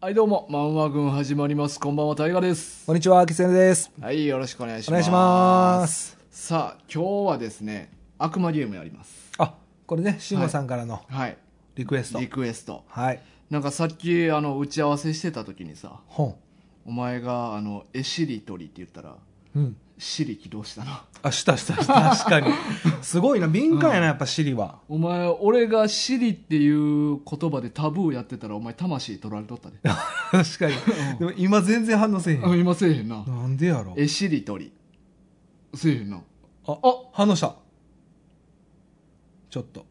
はいどうも、漫画軍始まります。こんばんは、大河です。こんにちは、キセネです。はい、よろしくお願いします。お願いします。さあ、今日はですね、悪魔ゲームやります。あ、これね、慎吾さんからのはい、リクエスト。リクエスト。はい。なんかさっき、あの、打ち合わせしてた時にさ、本。お前が、あの、えしりとりって言ったら、うん。しり起動したな。あ、したしたした。確 かに。すごいな、敏感やな、やっぱシリは。お前、俺がしりっていう言葉でタブーやってたら、お前、魂取られと ったで。確かに。でも今全然反応せえへあん。今せえへんな。なんでやろ。えしりとり。せえへんな。ああ、反応した。ちょっと。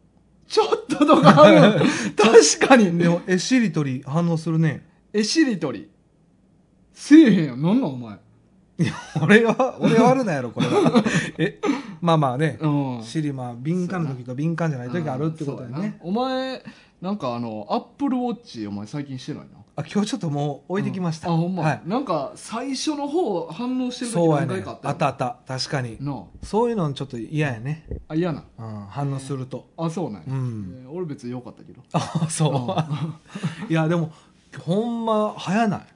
ちょっととかあ る。確かにねで。も、え、しりとり反応するね。えしりとりせえへんよなんなんお前いや、俺は、俺は悪なんやろ、これは。 え、まあまあね。うんシリ、まあ、敏感の時と敏感じゃない時あるってことやそうやねな。お前なんかあのアップルウォッチお前最近してないなあ、今日ちょっともう置いてきました。あほんま、はい。なんか最初の方反応してる時そうや何回ねかあったあよったあった確かになそういうのちょっと嫌やね、ああ嫌なうん、反応するとあそうなんや、うんえー俺別に良かった けどあそう いやでもほんま早ない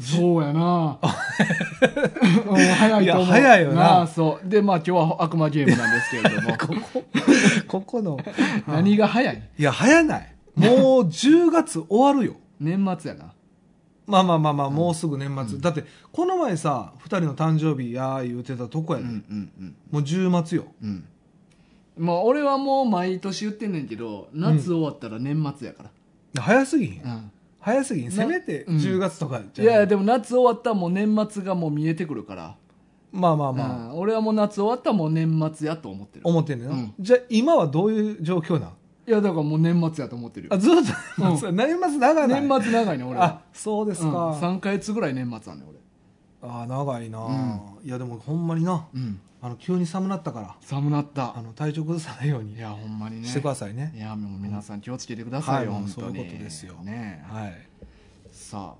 そうや なうん早いと思ういや早いよなあそうでまあ今日は悪魔ゲームなんですけれど もこここの何が早いいや早ないもう10月終わるよ年末やなまあまあまあまあもうすぐ年末、だってこの前さ2人の誕生日やー言うてたとこやうで、んうんもう10末ようんまあ俺はもう毎年言ってんねんけど夏終わったら年末やから、早すぎひん、うん早すぎひんなせめてうん10月とかじいゃないやでも夏終わったらもう年末がもう見えてくるから、まあまあうまあ、ん俺はもう夏終わったらもう年末やと思ってる思ってんねんな、うんじゃあ今はどういう状況なんいやだからもう年末やと思ってるあよずっと年末、年末長ない年末長いね俺あはそうですうん、か、 3か月ぐらい年末なんね俺ああ長いな、いやでもほんまになうんあの急に寒なったから寒なったあの体調崩さないよういにやほんまにねしてくださいねいやもう皆さん気をつけてくださいよ、は本い当にそういうことですよねえ、はいさ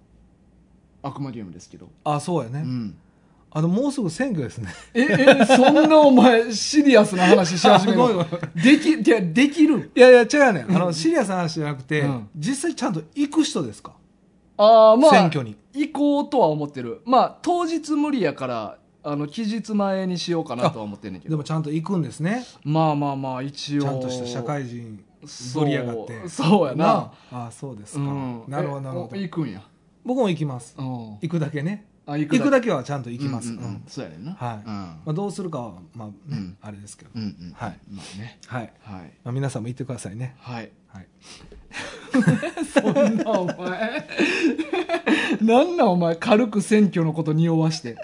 あ悪魔ゲームですけど、あそうやね、うんあのもうすぐ選挙ですねえ、え、そんなお前、シリアスな話 し始めるあごめんのでき、いや、できる いやいや違うねんあのシリアスな話じゃなくて、うん実際ちゃんと行く人ですか、ああ、まあ、選挙に行こうとは思ってる。まあ、当日無理やから、あの、期日前にしようかなとは思ってんねんけでど。もちゃんと行くんですねまあまあまあ、一応。ちゃんとした社会人そうぶりやがってそうやなああそうですうか、ん。なるほどなるほどえお行くんや。僕も行きますうん。行くだけねあ、行くけだけはちゃんと行きます、うんうんうんうんそうやねんな。はいまあ、どうするかはまあ、ねうんあれですけど、うん。うんうん。はい。まあね。はいはい。まあ、皆さんも言ってくださいね。はい。 はい、そんなお前。なんなんお前、軽く選挙のこと匂わして。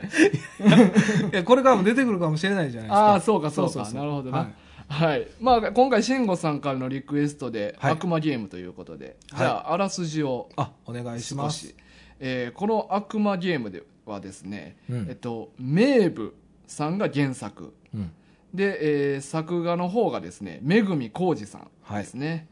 いやこれからも出てくるかもしれないじゃないですか。ああ、そうかそうか。なるほどは。ないはい。まあ、今回、慎吾さんからのリクエストで、はい悪魔ゲームということで、はいじゃあ、あらすじをあお願いし少ます。し。えーこの悪魔ゲームではですね、うんえっと、名部さんが原作。うん、で、えー作画の方がですね、めぐみこうじさんですね。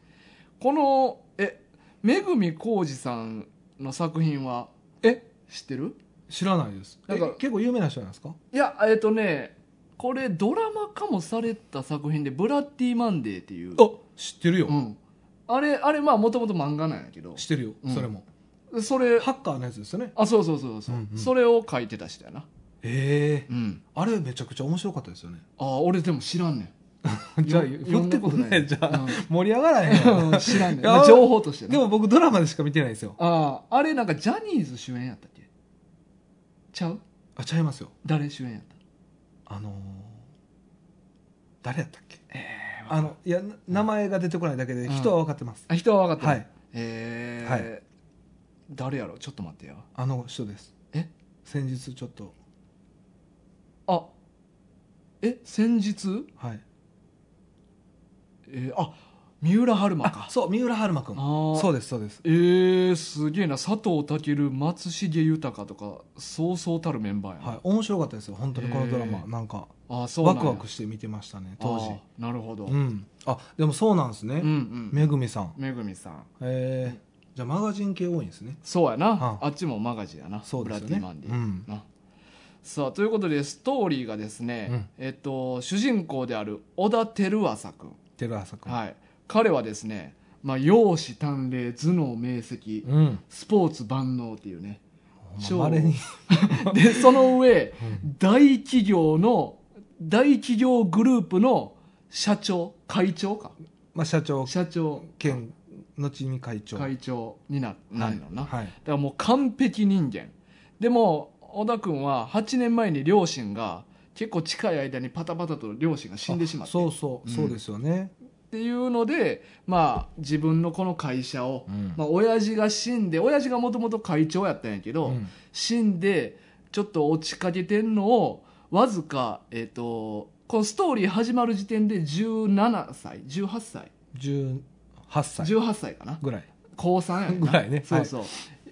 この、え、めぐみこうじさんの作品はえ知ってる知らないです。なんかえ結構有名な人なんですかいや、えっ、とね、これドラマ化もされた作品で、ブラッディマンデーっていう。あ知ってるよ、うん。あれ、あれ、まあ、もともと漫画なんやけど、知ってるよ、うんそれも。それ、ハッカーのやつですよね。あ、そうそうそうそう、うんうんそれを書いてた人やな。ええうん。あれめちゃくちゃ面白かったですよ ね。ああ、俺でも知らんねん。じゃあよ言ってこ読んだないじゃあ、うん盛り上がらへんようん知らんねん。いやまあ情報としてなでも僕ドラマでしか見てないですよ。ああ、あれなんかジャニーズ主演やったっけちゃうあちゃいますよ。誰主演やったあのー誰やったっけあのいやな名前が出てこないだけで人は分かってます。あ人は分かったはい。えーはい誰やろちょっと待ってよあの人です。え先日ちょっと、あえ先日、はい。えーあ三浦春馬かそう、三浦春馬くん。あそううです、そうです。えー、すげえな佐藤健松重豊とかそうそうたるメンバーやな、はい。面白かったですよ、本当にこのドラマ。へえなんか、あそうなワんやクワクして見てましたね、当時。あーなるほど、ううんん。あ、でもそうなんですうね。んめぐみさん。めぐみさんえー、じゃあマガジン系多いんですね。そうやな、はあっちもマガジンやなそうですよブラッデね。ィマンディ、うん。なさあということでストーリーがですね、うんえっと、主人公である小田照朝君、テルアサくん。はい、彼はですねまあ、容姿端麗頭脳明晰うんスポーツ万能っていうね超まれにでその上うん大企業の大企業グループの社長会長かまあ社長社長兼後に会長会長にななんだろうな、だかはいらもう完璧人間でも小田君は8年前に両親が結構近い間にパタパタと両親が死んでしまってそうっそううんそうですよねていうのでまあ自分のこの会社を、うんまあ親父が死んで親父がもともと会長やったんやけど、うん死んでちょっと落ちかけてんのをわずかえっ、とこのストーリー始まる時点で17歳18歳18歳18歳かなぐらい高3やねんなぐらいねそうそう、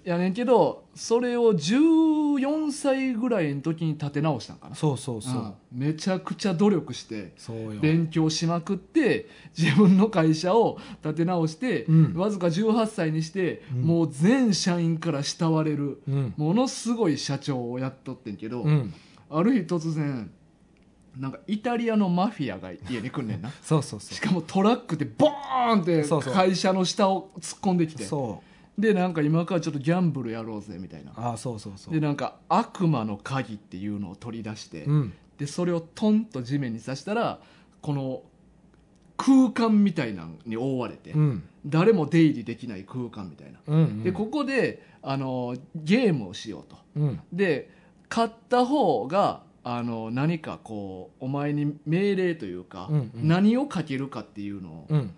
やねんけどそれを14歳ぐらいの時に立て直したんかなそうそうそううんめちゃくちゃ努力してそうよ勉強しまくって自分の会社を立て直して、うんわずか18歳にして、うんもう全社員から慕われるうんものすごい社長をやっとってんけど、うんある日突然なんかイタリアのマフィアが家に来んねんなそうそうそしかもトラックでボーンってそうそう会社の下を突っ込んできうてそうでなんか今からちょっとギャンブルやろうぜみたいなああそうそうそうでなんか悪魔の鍵っていうのを取り出して、うんでそれをトンと地面に刺したらこの空間みたいなのに覆われて、うん誰も出入りできない空間みたいな、うんでここであのゲームをしようとうんで買った方があの何かこうお前に命令というか、うんうん何をかけるかっていうのを、うん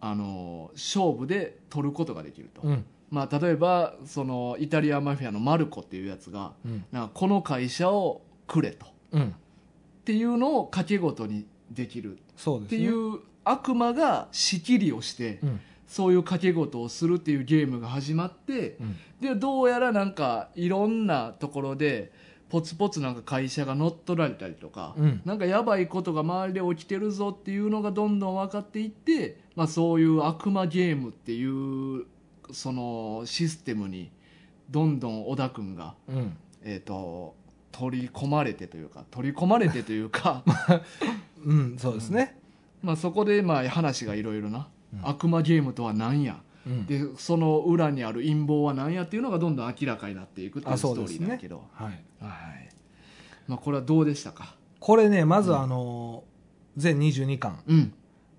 あの勝負で取ることができると、うんまあ、例えばそのイタリアマフィアのマルコっていうやつがうんなんかこの会社をくれとっうんていうのを賭け事にできるっそうですてねいう悪魔が仕切りをしてうんそういう賭け事をするっていうゲームが始まって、うんでどうやらなんかいろんなところでポツポツなんか会社が乗っ取られたりとか、うんなんかやばいことが周りで起きてるぞっていうのがどんどん分かっていって、まあ、そういう悪魔ゲームっていうそのシステムにどんどん小田君が、うんえー、と取り込まれてというか取り込まれてという かうんそうですねまあそこでまあ話がいろいろな、うん悪魔ゲームとは何やうんでその裏にある陰謀は何やっていうのがどんどん明らかになっていくっていうあストそうーでリすーなんねだけど、はいはいまあ、これはどうでしたかこれねまずうんあの全22巻うん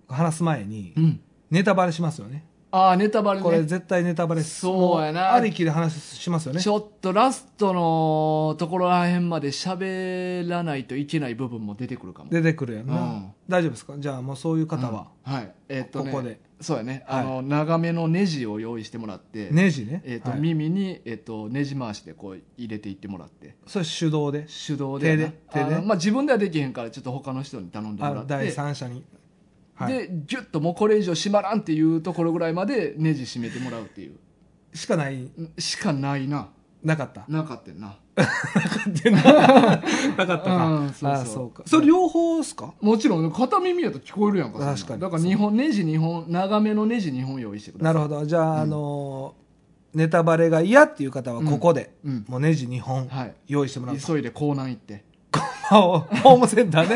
話す前にうんネタバレしますよねああネタバレねこれ絶対ネタバレそうやなもありきで話しますよねちょっとラストのところらへんまで喋らないといけない部分も出てくるかも出てくるやんな、うん大丈夫ですかじゃあもうそういう方は、うんはいえっとねここでそうやね、はいあの長めのネジを用意してもらって、ネジね、えっとはい耳に、えっとネジ回しでこう入れていってもらってそれ手動で手動でな手で手であのまあ、自分ではできへんからちょっと他の人に頼んでもらあって第三者に、はい、でギュッともうこれ以上閉まらんっていうところぐらいまでネジ締めてもらうっていうしかないんしかないなな かったなかったよななかったか、うんそうそうあそうかそれ両方ですかもちろん片耳やと聞こえるやんかそんなん確かにだから日本ネジ2本長めのネジ2本用意してくださないるほどじゃあ、あのネタバレが嫌っていう方はここで、うんもうネジ2本はい用意してもらうと、急いで港南行って ホームセンターね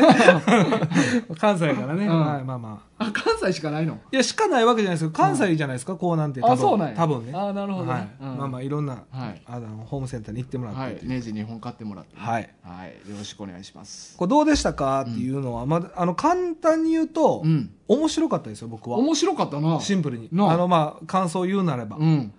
関西やからね、うんはい、まあまああ関西しかないのいや、しかないわけじゃないですけど、関西じゃないですか、こうなんて。多あ分そうなんや多分ね。あなるほどねはい。うんまあまあ、いろんな、はいあの、ホームセンターに行ってもらはっいて。ネジ2本買ってもらってねはい。はいよろしくお願いしますこれどうでしたかっていうのは、まだ、あの、簡単に言うとう、ん面白かったですよ、僕は。面白かったなシンプルに。なああの、まあ、感想を言うなればう。ん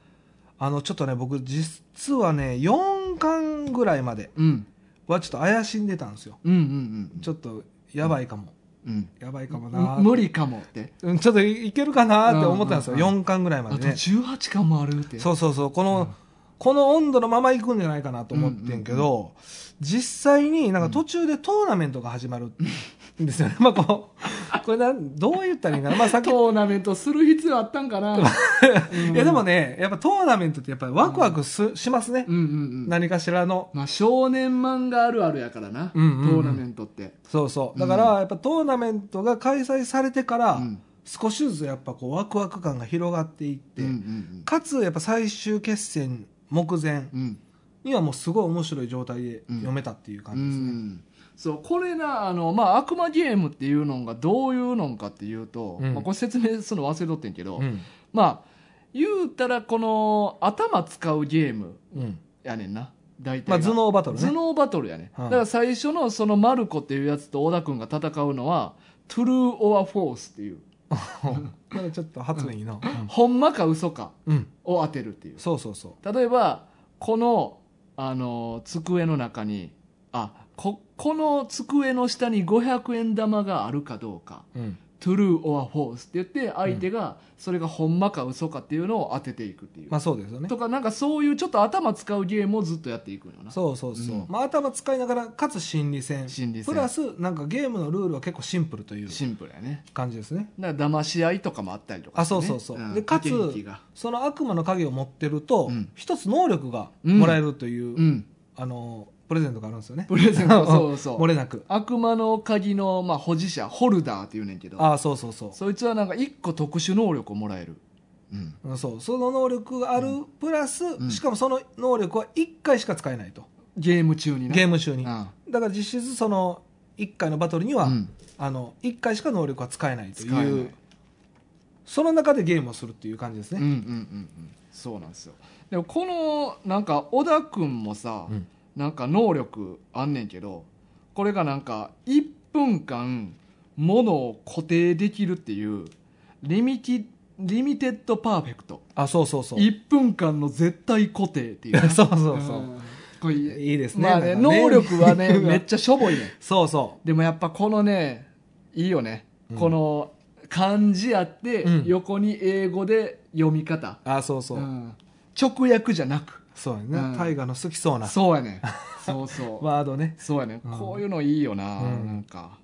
あの、ちょっとね、僕、実はね、4巻ぐらいまでうんはちょっと怪しんでたんですよ。うんうんちょっと、やばいかも。うんやばいかもうんな無理かもってうんちょっといけるかなって思ったんですよ。うんうんう4巻ぐらいまあでとね。 18巻もあるってそうそうそうこの、この温度のまま行くんじゃないかなと思ってんけど、実際になんか途中でトーナメントが始まるんですよ ね、まあこうこれなんどう言ったらい いかな、まあ、さっきトーナメントする必要あったんか な。いやでもねやっぱトーナメントってやっぱりワクワクす、しますね、うんうんうん。何かしらのまあ少年漫画あるあるやからな。うんうんうんトーナメントって。そうそうだからやっぱトーナメントが開催されてから、うん少しずつやっぱこうワクワク感が広がっていって、うんうんかつやっぱ最終決戦目前うん。うんにはもうすごい面白い状態で読めたっていう感うじですね、んそうこれなあの、まあ、悪魔ゲームっていうのがどういうのかっていうと、うんまあ、これ説明するの忘れとってんけど、うんまあ言うたらこの頭使うゲームうんやねんな大体まが、あ、頭脳バトルね頭脳バトルやね、うんだから最初のそのマルコっていうやつと小田君が戦うのはトゥルー・オア・フォースっていうまだちょっと発明いいなほんまか嘘かうん、うんを当てるっていうそうそうそ例えばこのあの机の中にあここの机の下に500円玉があるかどうかう、うん、トゥルー・オア・フォースって言って相手がそれがほんまか嘘かっていうのを当てていくっていう、まあそうですよねとかなんかそういうちょっと頭使うゲームをずっとやっていくんよなそうそうそう、うんまあ、頭使いながらかつ心理戦心理戦プラスなんかゲームのルールは結構シンプルというシンプルやね感じですねだから騙し合いとかもあったりとかしてね、あそうそうそうんでかつ駆け引きがその悪魔の影を持ってると、うん一つ能力がもらえるという、うんあのプレゼントがあるんですよねプレゼン トそうそ漏うれなく悪魔の鍵の、まあ、保持者ホルダーっていうねんけどああそうそうそうそいつはなんか一個特殊能力をもらえる、うん、うんそうその能力がある、プラス、んしかもその能力は1回しか使えないとゲーム中になゲーム中に、うんだから実質その1回のバトルには、うんあの1回しか能力は使えないと使えないいうその中でゲームをするっていう感じですうんね、うんうんうんそうなんですよでもこのなんか小田君もさ、うんなんか能力あんねんけどこれがなんか1分間ものを固定できるっていうリミティリミテッドパーフェクトあそうそうそう1分間の絶対固定っていうね そうそうそんうこれいいですねまあねなんかね能力はねめっゃちゃしょぼいねん そうそでもやっぱこのねいいよね、うんこの漢字あって、うん横に英語で読み方、うあそうそう、うん直訳じゃなくそうやね、うん大河の好きそうなそうや ねそうそうワードねそうやね、うんこういうのいいよな、うんなんかだか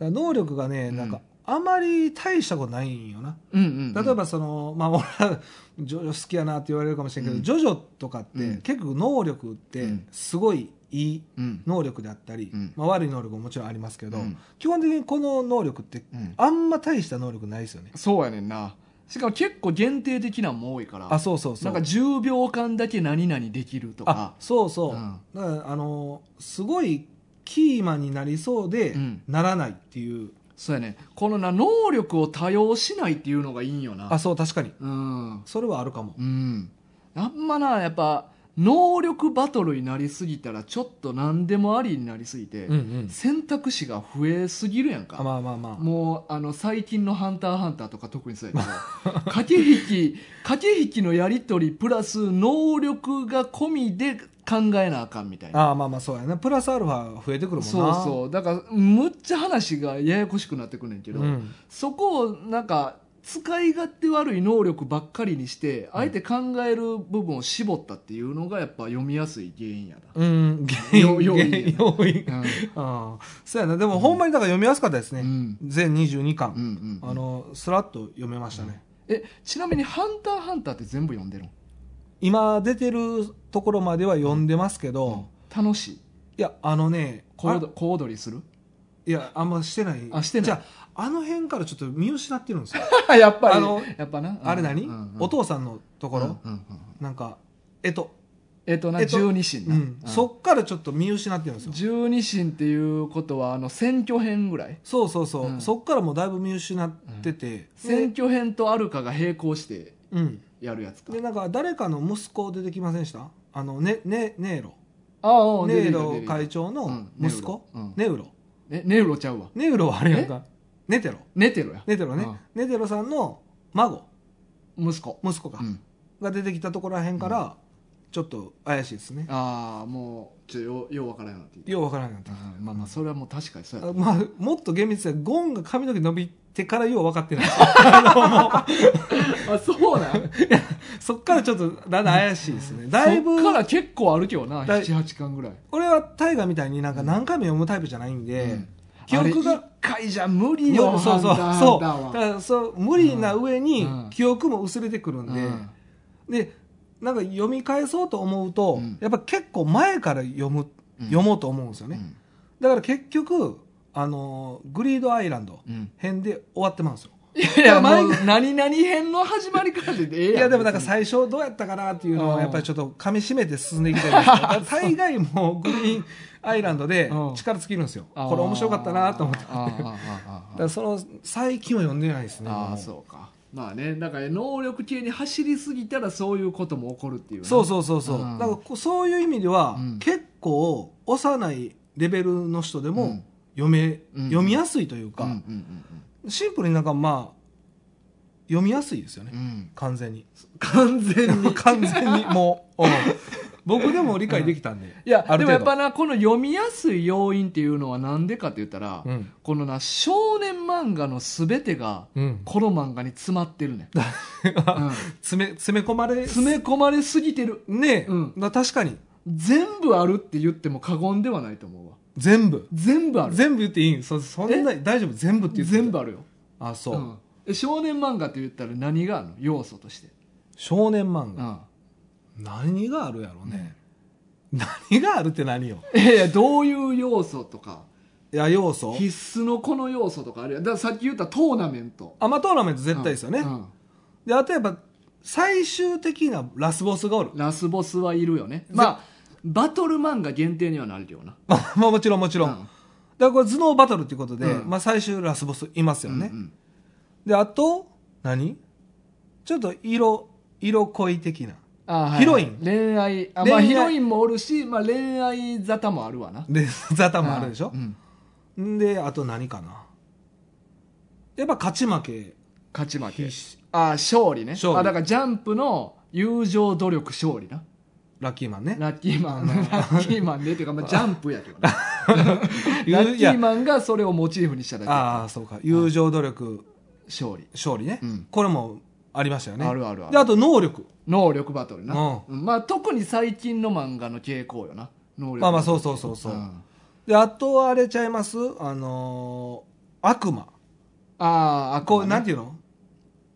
ら能力がね、うんなんかあまり大したことないんよなうんうんうん例えばその、まあ俺は ジョジョ好きやなって言われるかもしれんけど、うんジョジョとかって、うん結構能力ってうんすごいいいうん能力であったり、うんまあ、悪い能力ももちろんありますけど、うん基本的にこの能力ってうんあんま大した能力ないですよね、そうやねんなしかも結構限定的なんも多いからあそうそうそうなんか10秒間だけ何々できるとあかそうそう、うんだからあのすごいキーマンになりそうで、うんならないっていうそうやねこのな能力を多用しないっていうのがいいんよなあそう確かにうんそれはあるかも、うん、あんまなやっぱ能力バトルになりすぎたらちょっと何でもありになりすぎて、ん選択肢が増えすぎるやんか、あまあまあまあもうあの最近の「ハンターハンター」とか特にそうやけど 駆け引き駆け引きのやり取りプラス能力が込みで考えなあかんみたいなああまあまあそうやなプラスアルファ増えてくるもんなそうそうだからむっちゃ話がややこしくなってくんねんけど、ん、そこをなんか使い勝手悪い能力ばっかりにして、あえて考える部分を絞ったっていうのがやっぱ読みやすい原因やな、うん、よ要因原要因 うんああそうやなでもほんまにだから読みやすかったですね、うん全22う巻、んうんあのスラッと読めましたね、えちなみに「ハンターハンター」って全部読んでるの今出てるところまでは読んでますけど、い楽しいやあのね小躍あ小踊りする いやあんましてないあしてないじゃああの辺からちょっと見失ってるんですよやっあのやっぱな、うんあれ何、うんうんお父さんのところ、うんうんうんなんかえっと、えっとな、えっと十二神うな、んうんそっからちょっと見失ってるんですよ十二神っていうことはあの選挙編ぐらいそうそうそう、うんそっからもうだいぶ見失ってて、選挙編とアルカが並行してうん、やるやつかでなんか誰かの息子出てきませんでしたあのねねネーロああネーロ会長の息子、うんネウロえネウロちゃうわネウロはあれやんかネテロネテロやネテロね、うんネテロさんの孫息子、息子か、うんが出てきたところらへんからちょっと怪しいですね、ああもうちょっとようようわからんようになってきようわからなくなってたうんまあまあそれはもう確かにそうやあまあ、もっと厳密にはゴンが髪の毛伸びてからよう分かってない あのあそう なんそっからちょっとだんだん怪しいですねだだいいぶぶから結構あるけどなだい78巻ぐらい俺は大河みたいになんか何回も読むタイプじゃないんで、うん記憶あれが一回じゃ無理そようそうそう判断そう判だ断かはらそう無理な上にうん記憶も薄れてくるんで、うんでなんか読み返そうと思うと、うんやっぱ結構前から読むうん読もうと思うんですよね、うんだから結局あのーグリードアイランドうん編で終わってまうんですよ、いやいや前も う何々編の始まりからでええやいやでもなんか別に最初どうやったかなっていうのうをんやっぱりちょっと噛み締めて進んでいきたい ですだから大概もうグリーンアイランドでうん力尽きるんですよあーこれ面白かったなと思ってだあーあーあーあからその最近は読んでないですねーあもーうそうかまあねだから能力系に走りすぎたらそういうことも起こるっていうなそうそうそうそう、うんだからこうそういう意味では、うん結構幼いレベルの人でうもん読め、うん読みやすいというか、うんうんシンプルになんかまあ読みやすいですよね、うんうん完全に完全に 完全にもう、うん僕でも理解できたんで、いやあでるも程やっ度ぱなこの読みやすい要因っていうのは何でかって言ったら、うんこのな少年漫画の全てがうん、この漫画に詰まって るね、うん詰め詰め込まれ詰め込まれすぎてるねえ、うんだ確かに全部あるって言っても過言ではないと思うわ全部全部ある全部言っていいんそそんな大丈夫全部って言ってた全部あるよあそう、うんえ少年漫画って言ったら何があるの要素として、少年漫う画、ん何があるやろうね、何があるって何よいやいやどういう要素とかいや要素必須のこの要素とかあるやんだからさっき言ったトーナメントアマトーナメント絶対ですよね、うんうんであとやっぱ最終的なラスボスがおるラスボスはいるよねまあバトル漫画限定にはなるけどなまあ まあもちろんもちろん、うんだからこれ頭脳バトルっていうことで、うんまあ、最終ラスボスいますよね、うんうんであと何ちょっと色色恋的なあはいはいヒロイン恋愛あ恋愛まあ、ヒロインもおるし、まあ、恋愛沙汰もあるわなで ザタもあるでしょう、んんであと何かなやっぱ勝ち負け勝ち負け必死あ勝利ね勝利あだからジャンプの友情努力勝利なラッキーマンねラッキーマンラッキーマンでっていうか、まあ、ジャンプやけどな ラッいキやーマンがそれをモチーフにしただけああそうか友情努力勝利勝利ね、うんこれもありましたよねあるあるあるであと能力能力バトルな、うんまあ特に最近の漫画の傾向よな能力まあまあそううそうそうそう、んであとはあれちゃいますあのー悪魔ああこう、なんていうの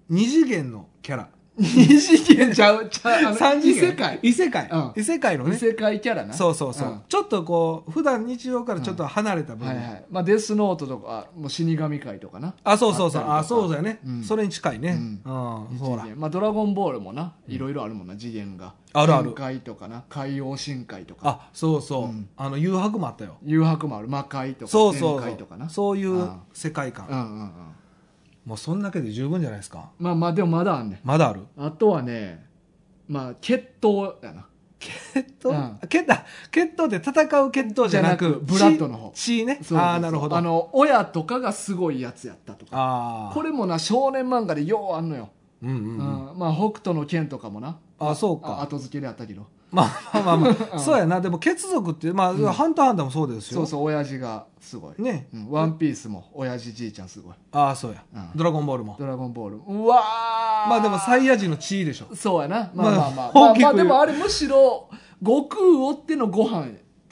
二次元のキャラ二次元ちゃうちゃうあの 三次元異世界異世界、うん異世界の異ね世界キャラなそうそうそう、んちょっとこう普段日常からちょっと離れた分、はいはいまあデスノートとかもう死神界とかなあそうそうそうああったりとかそうだよね、うんそれに近いね、ううんんそうだ一次元まあドラゴンボールもないろいろあるもんな次元があるある天界とかな海洋深海とかあそうそう、うんあの誘惑もあったよ誘惑もある魔界とかそうそ天うそ界とうかなそういうあ世界観、うんうんうんもうそんだけで十分じゃないですかまあまあでもまだあんねんまだあるあとはねまあ決闘やな決闘、うん決闘決闘で戦う決闘じゃなじゃくなくブラッドの方血血ねそうそうそうああなるほどあの親とかがすごいやつやったとかあーこれもな少年漫画でようあんのよ、うんうんううんんまあ、北斗の剣とかもなあそうかあ後付けであったけどまあまあまあ、まあ、そうやなでも血族ってまあ、ハンターハンターもそうですよそうそう親父がすごい、ねうん、ワンピースも親父じいちゃんすごいああそうや、うんドラゴンボールもドラゴンボールうわーまあでもサイヤ人の地位でしょそうやなまあまあまあ、まあまあ大まきく言あうでもあれむしろ悟空を追ってのご飯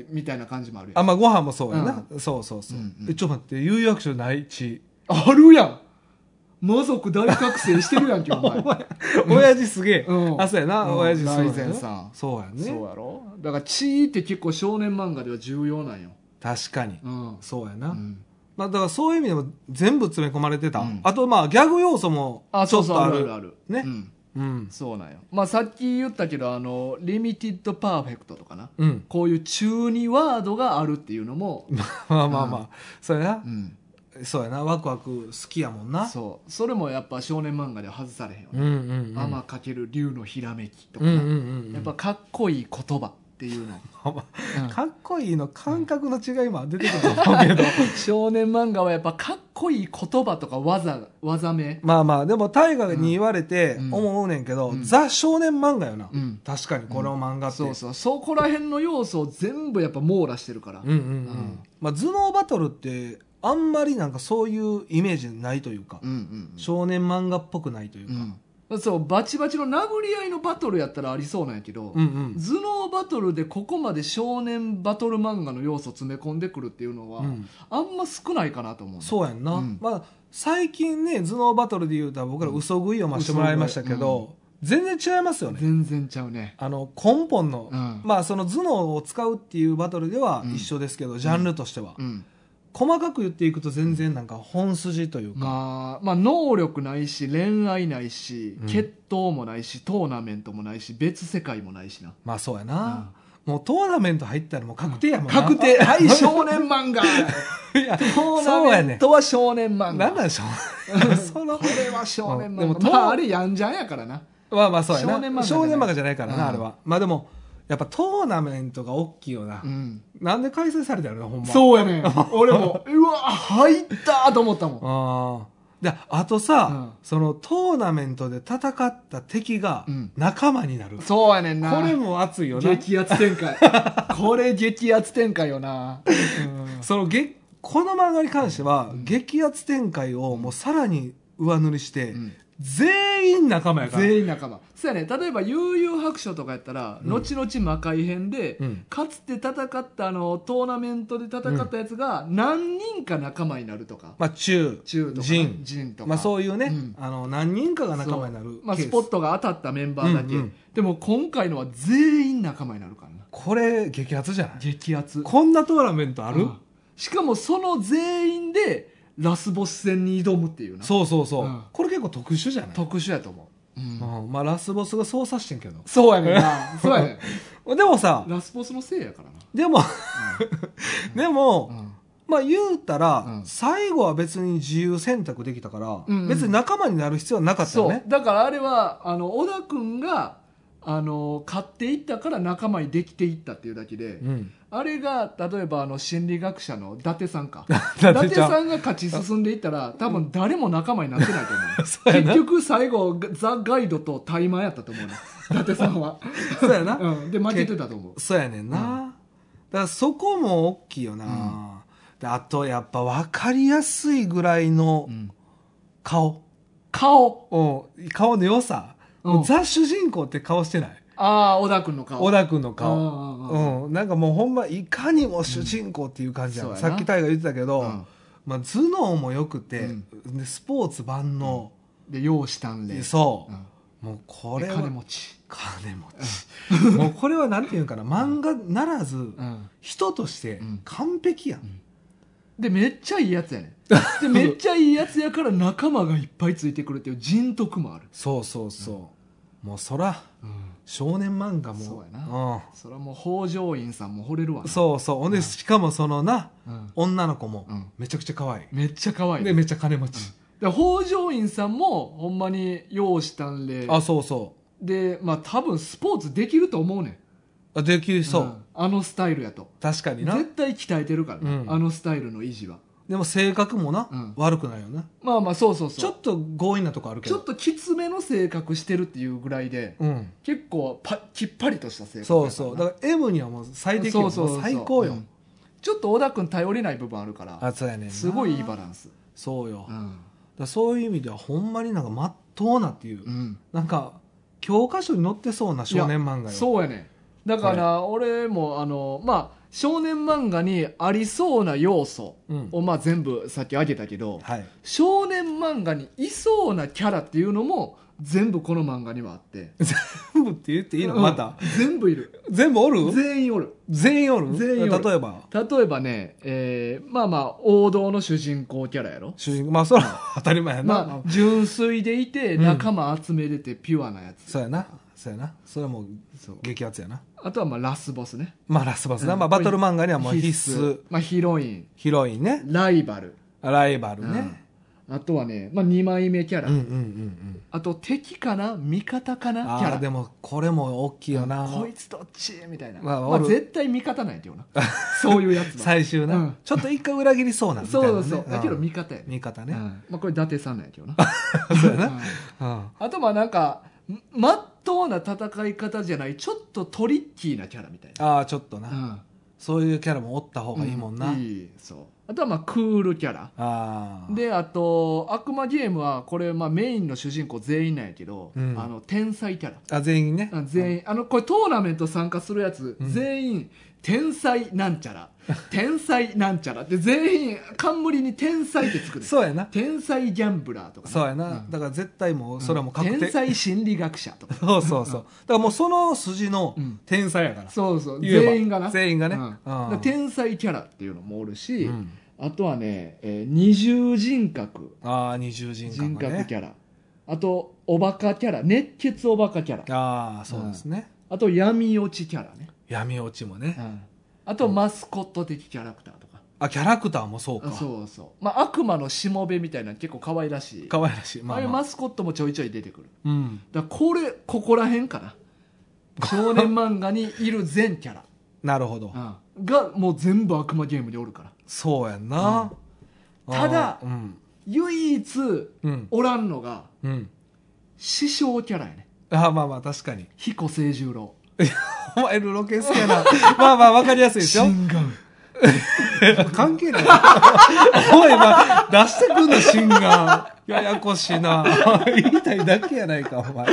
みたいな感じもあるやあんまあご飯もそうやな、そうそうそう、うんうんえちょっと待って有役所ない地位あるやん魔族大覚醒してるやんけお前親父すげえ、うんあそうやな、うん親父すごいね大善さんそうやね そうやろだから地位って結構少年漫画では重要なんよ確かに、うんそうやな、うんまあ、だからそういう意味でも全部詰め込まれてた、うんあとまあギャグ要素もあちそょうっそうとああるあるるあるねうんうんそうなんよまあさっき言ったけどあのリミティッドパーフェクトとかなうん こういう中二ワードがあるっていうのも、まあまあまあ、そうやうん、なそうやなワクワク好きやもんなそうそれもやっぱ少年漫画では外されへんようねんうんうん天かける竜のひらめき」とかうんな、うんうんうんやっぱかっこいい言葉っていうの、うんかっこいいの感覚の違いも出てくると思うけ ど少年漫画はやっぱかっこいい言葉とか技技名、まあまあでも大河に言われてうん思うねんけど、うんザ少年漫画よな、うん確かにこの漫画って、そうそうそこら辺の要素を全部やっぱ網羅してるから、うんうんうんうんまあ、頭脳バトルってあんまりなんかそういうイメージないというか、うんうん少年漫画っぽくないといううか、んそうバチバチの殴り合いのバトルやったらありそうなんやけど、うんうん頭脳バトルでここまで少年バトル漫画の要素詰め込んでくるっていうのは、うんあんま少ないかなと思ううそうやんな、うんまあ、最近ね頭脳バトルで言うたら僕ら嘘食いをましてもらいましたけど、全然違いますよね全然ちゃうねあの根本の、うんまあその頭脳を使うっていうバトルではうん一緒ですけど、ジャンルとしては、うん細かく言っていくと全然なんか本筋というか、まあ、まあ能力ないし恋愛ないし、うん決闘もないしトーナメントもないし別世界もないしなまあそうや な、もうトーナメント入ったらもう確定やもんな確定はい 勝少年漫画いや、トーそうナやメンねトは少年漫ん。画なんなんでしょう。そのこ、れは少年漫画でもまあ、あれやんじゃんやからなまあまあそうやな。少年漫画じゃない少年漫画じゃないからうんな、あれは。まあでも、やっぱトーナメントが大きいよなう。んなんで開催されたのな、ほんま。う。そうやねん 俺もうわ入ったーと思ったもんああ。で、あとさ、そのトーナメントで戦った敵がうん仲間になる。そうやねんなこれも熱いよな。激アツ展開 これ激アツ展開よな、そのげこの漫画に関しては、激アツ展開をもうさらに上塗りして、うん全員仲間やから。全員仲間そうやね例えば悠々白書とかやったら、後々魔界編で、うんかつて戦ったあのトーナメントで戦ったやつが何人か仲間になるとか、まあ、中、中とかジねンジンとか、まあ、そういうね、うんあの何人かが仲間になるまあ、ケーススポットが当たったメンバーだけ、うんうんでも今回のは全員仲間になるからなこれ激アツじゃない激アツこんなトーナメントある、うんしかもその全員でラスボス戦に挑むっていうなそうそうそう、うんこれ結構特殊じゃない、特殊やと思う、うんうんまあラスボスが操作してんけどそうやねんなそうやねでもさんラスボスのせいやからなでもでも、うんまあ言うたら、うん最後は別に自由選択できたから、うんうん別に仲間になる必要はなかったよそうねだからあれはあの小田君があの買っていったから仲間にできていったっていうだけで、うんあれが例えばあの心理学者の伊達さんか伊 伊達ちゃん達さんが勝ち進んでいったら多分誰も仲間になってないと思う そうやな結局最後ザ・ガイドとタイマーやったと思うね伊達さん はそうやな、うん、で負けてたと思うそうやねんな、だからそこも大きいよな、であとやっぱ分かりやすいぐらいのうん顔、顔うん顔の良さ、うんもうザ主人公って顔してないああ小田君の顔小田君のうん顔うんうんうん、なんかもうほんまいかにも主人公っていう感じや、うんん、そうやさなっき大が言ってたけど、うんまあ、頭脳も良くて、うんでスポーツ万能、で容姿鍛錬そう、うんもうこれでは金持ち、金持ち、 もうこれはなんていうんかな漫画ならず、うん、人としてうん完璧やん、でめっちゃいいやつやねんでめっちゃいいやつやから仲間がいっぱいついてくるっていう人徳もある、そうそうそう、もうそらうん、少年漫画もそうやなそれはもう北条院さんも惚れるわうん、なそうそうほんでしかもそのなうん女の子もうんめちゃくちゃ可愛い、めっちゃ可愛いでめっちゃ金持ち、で北条院さんもほんまに容姿鍛錬あそうそでまあ多分スポーツできると思うねんうあできそう、んあのスタイルやと確かにな絶対鍛えてるからね、うんあのスタイルの維持はでも性格もな、うん悪くないよなまあまあそうそうそうちょっと強引なとこあるけちどょっときつめの性格してるっていうぐらいで、うん結構パきっぱりとした性格そうそうだかから M にはもう最ら適なよそうそうそうもう最高よ、うんちょっと小田君頼りない部分あるからあそうやねんなすごいいいバランスそうよ、うだかん、らそういう意味ではほんまになんかまっとうなっていう、うん、なんか教科書に載ってそうな少年漫画よそうやねだから俺もあのまあ少年漫画にありそうな要素うんをまあ全部さっき挙げたけど、はい少年漫画にいそうなキャラっていうのも全部この漫画にはあって全部って言っていいの、うんまた全部いる全部おる全員おる全員おる全員おる例えば例えばね、えーまあまあ王道の主人公キャラやろ主人公まあそれは当たり前やな、まあ純粋でいて仲間集めれてピュアなやつ、そうやなそうやなそれはもうそう激アツやなあとはまあラスボスねまあラスボスな、うんまあ、バトル漫画にはもう必須まあ、ヒロインヒロインねライバル、ライバルうんね、あとはね、まあ、2枚目キャうラ、ん、うんうんうんあと敵かな味方かなキャあラあでもこれも大きいよな、こいつどっちみたいな、まあまあ、おる絶対味方ないってよなそういうやつは最終な、うんちょっと一回裏切りそうなみたいそな、ね、うそうだけどん味方やね味方うね、んまあ、これ伊達さんなんやけどなそうやな、うんうんあとまあなんかんまっとうな戦い方じゃないちょっとトリッキーなキャラみたいな、ああちょっとな、うんそういうキャラもおった方がいいもんな、ういいそうあとはまあクールキャラああであと悪魔ゲームはこれまあメインの主人公全員なんやけど、うんあの天才キャラあ全員ねあ全員あのこれトーナメント参加するやつ、うん全員天才なんちゃら天才なんちゃらって全員冠に天才ってつくねんそうやな天才ギャンブラーとかね、そうやな、んだから絶対もうそれはもう確定、天才心理学者とかそうそうそうだからもうその筋のうん天才やから、そうそう言えば全員がな全員がねうんうんだから天才キャラっていうのもおるし、うんあとはね、えー二重人格ああ二重人格,、ね、人格キャラあとおバカキャラ熱血おバカキャラああそうですね、あと闇落ちキャラね、闇落ちもね、あとマスコット的キャラクターとかあキャラクターもそうかあそうそう、まあ、悪魔のしもべみたいな結構可愛らしい可愛らしいまああ、あいうまあマスコットもちょいちょい出てくるうん、だからこれここら辺かな少年漫画にいる全キャラ、 なるほど、うんがもう全部悪魔ゲームにおるからそうやんな、うんただあーうん唯一うんおらんのがうん師匠キャラやねあーまあまあ確かに彦星十郎お前ルロケ好きやなまあまあわかりやすいですよガン関係ないおいま出してくんの心がややこしいな言いたいだけやないかお前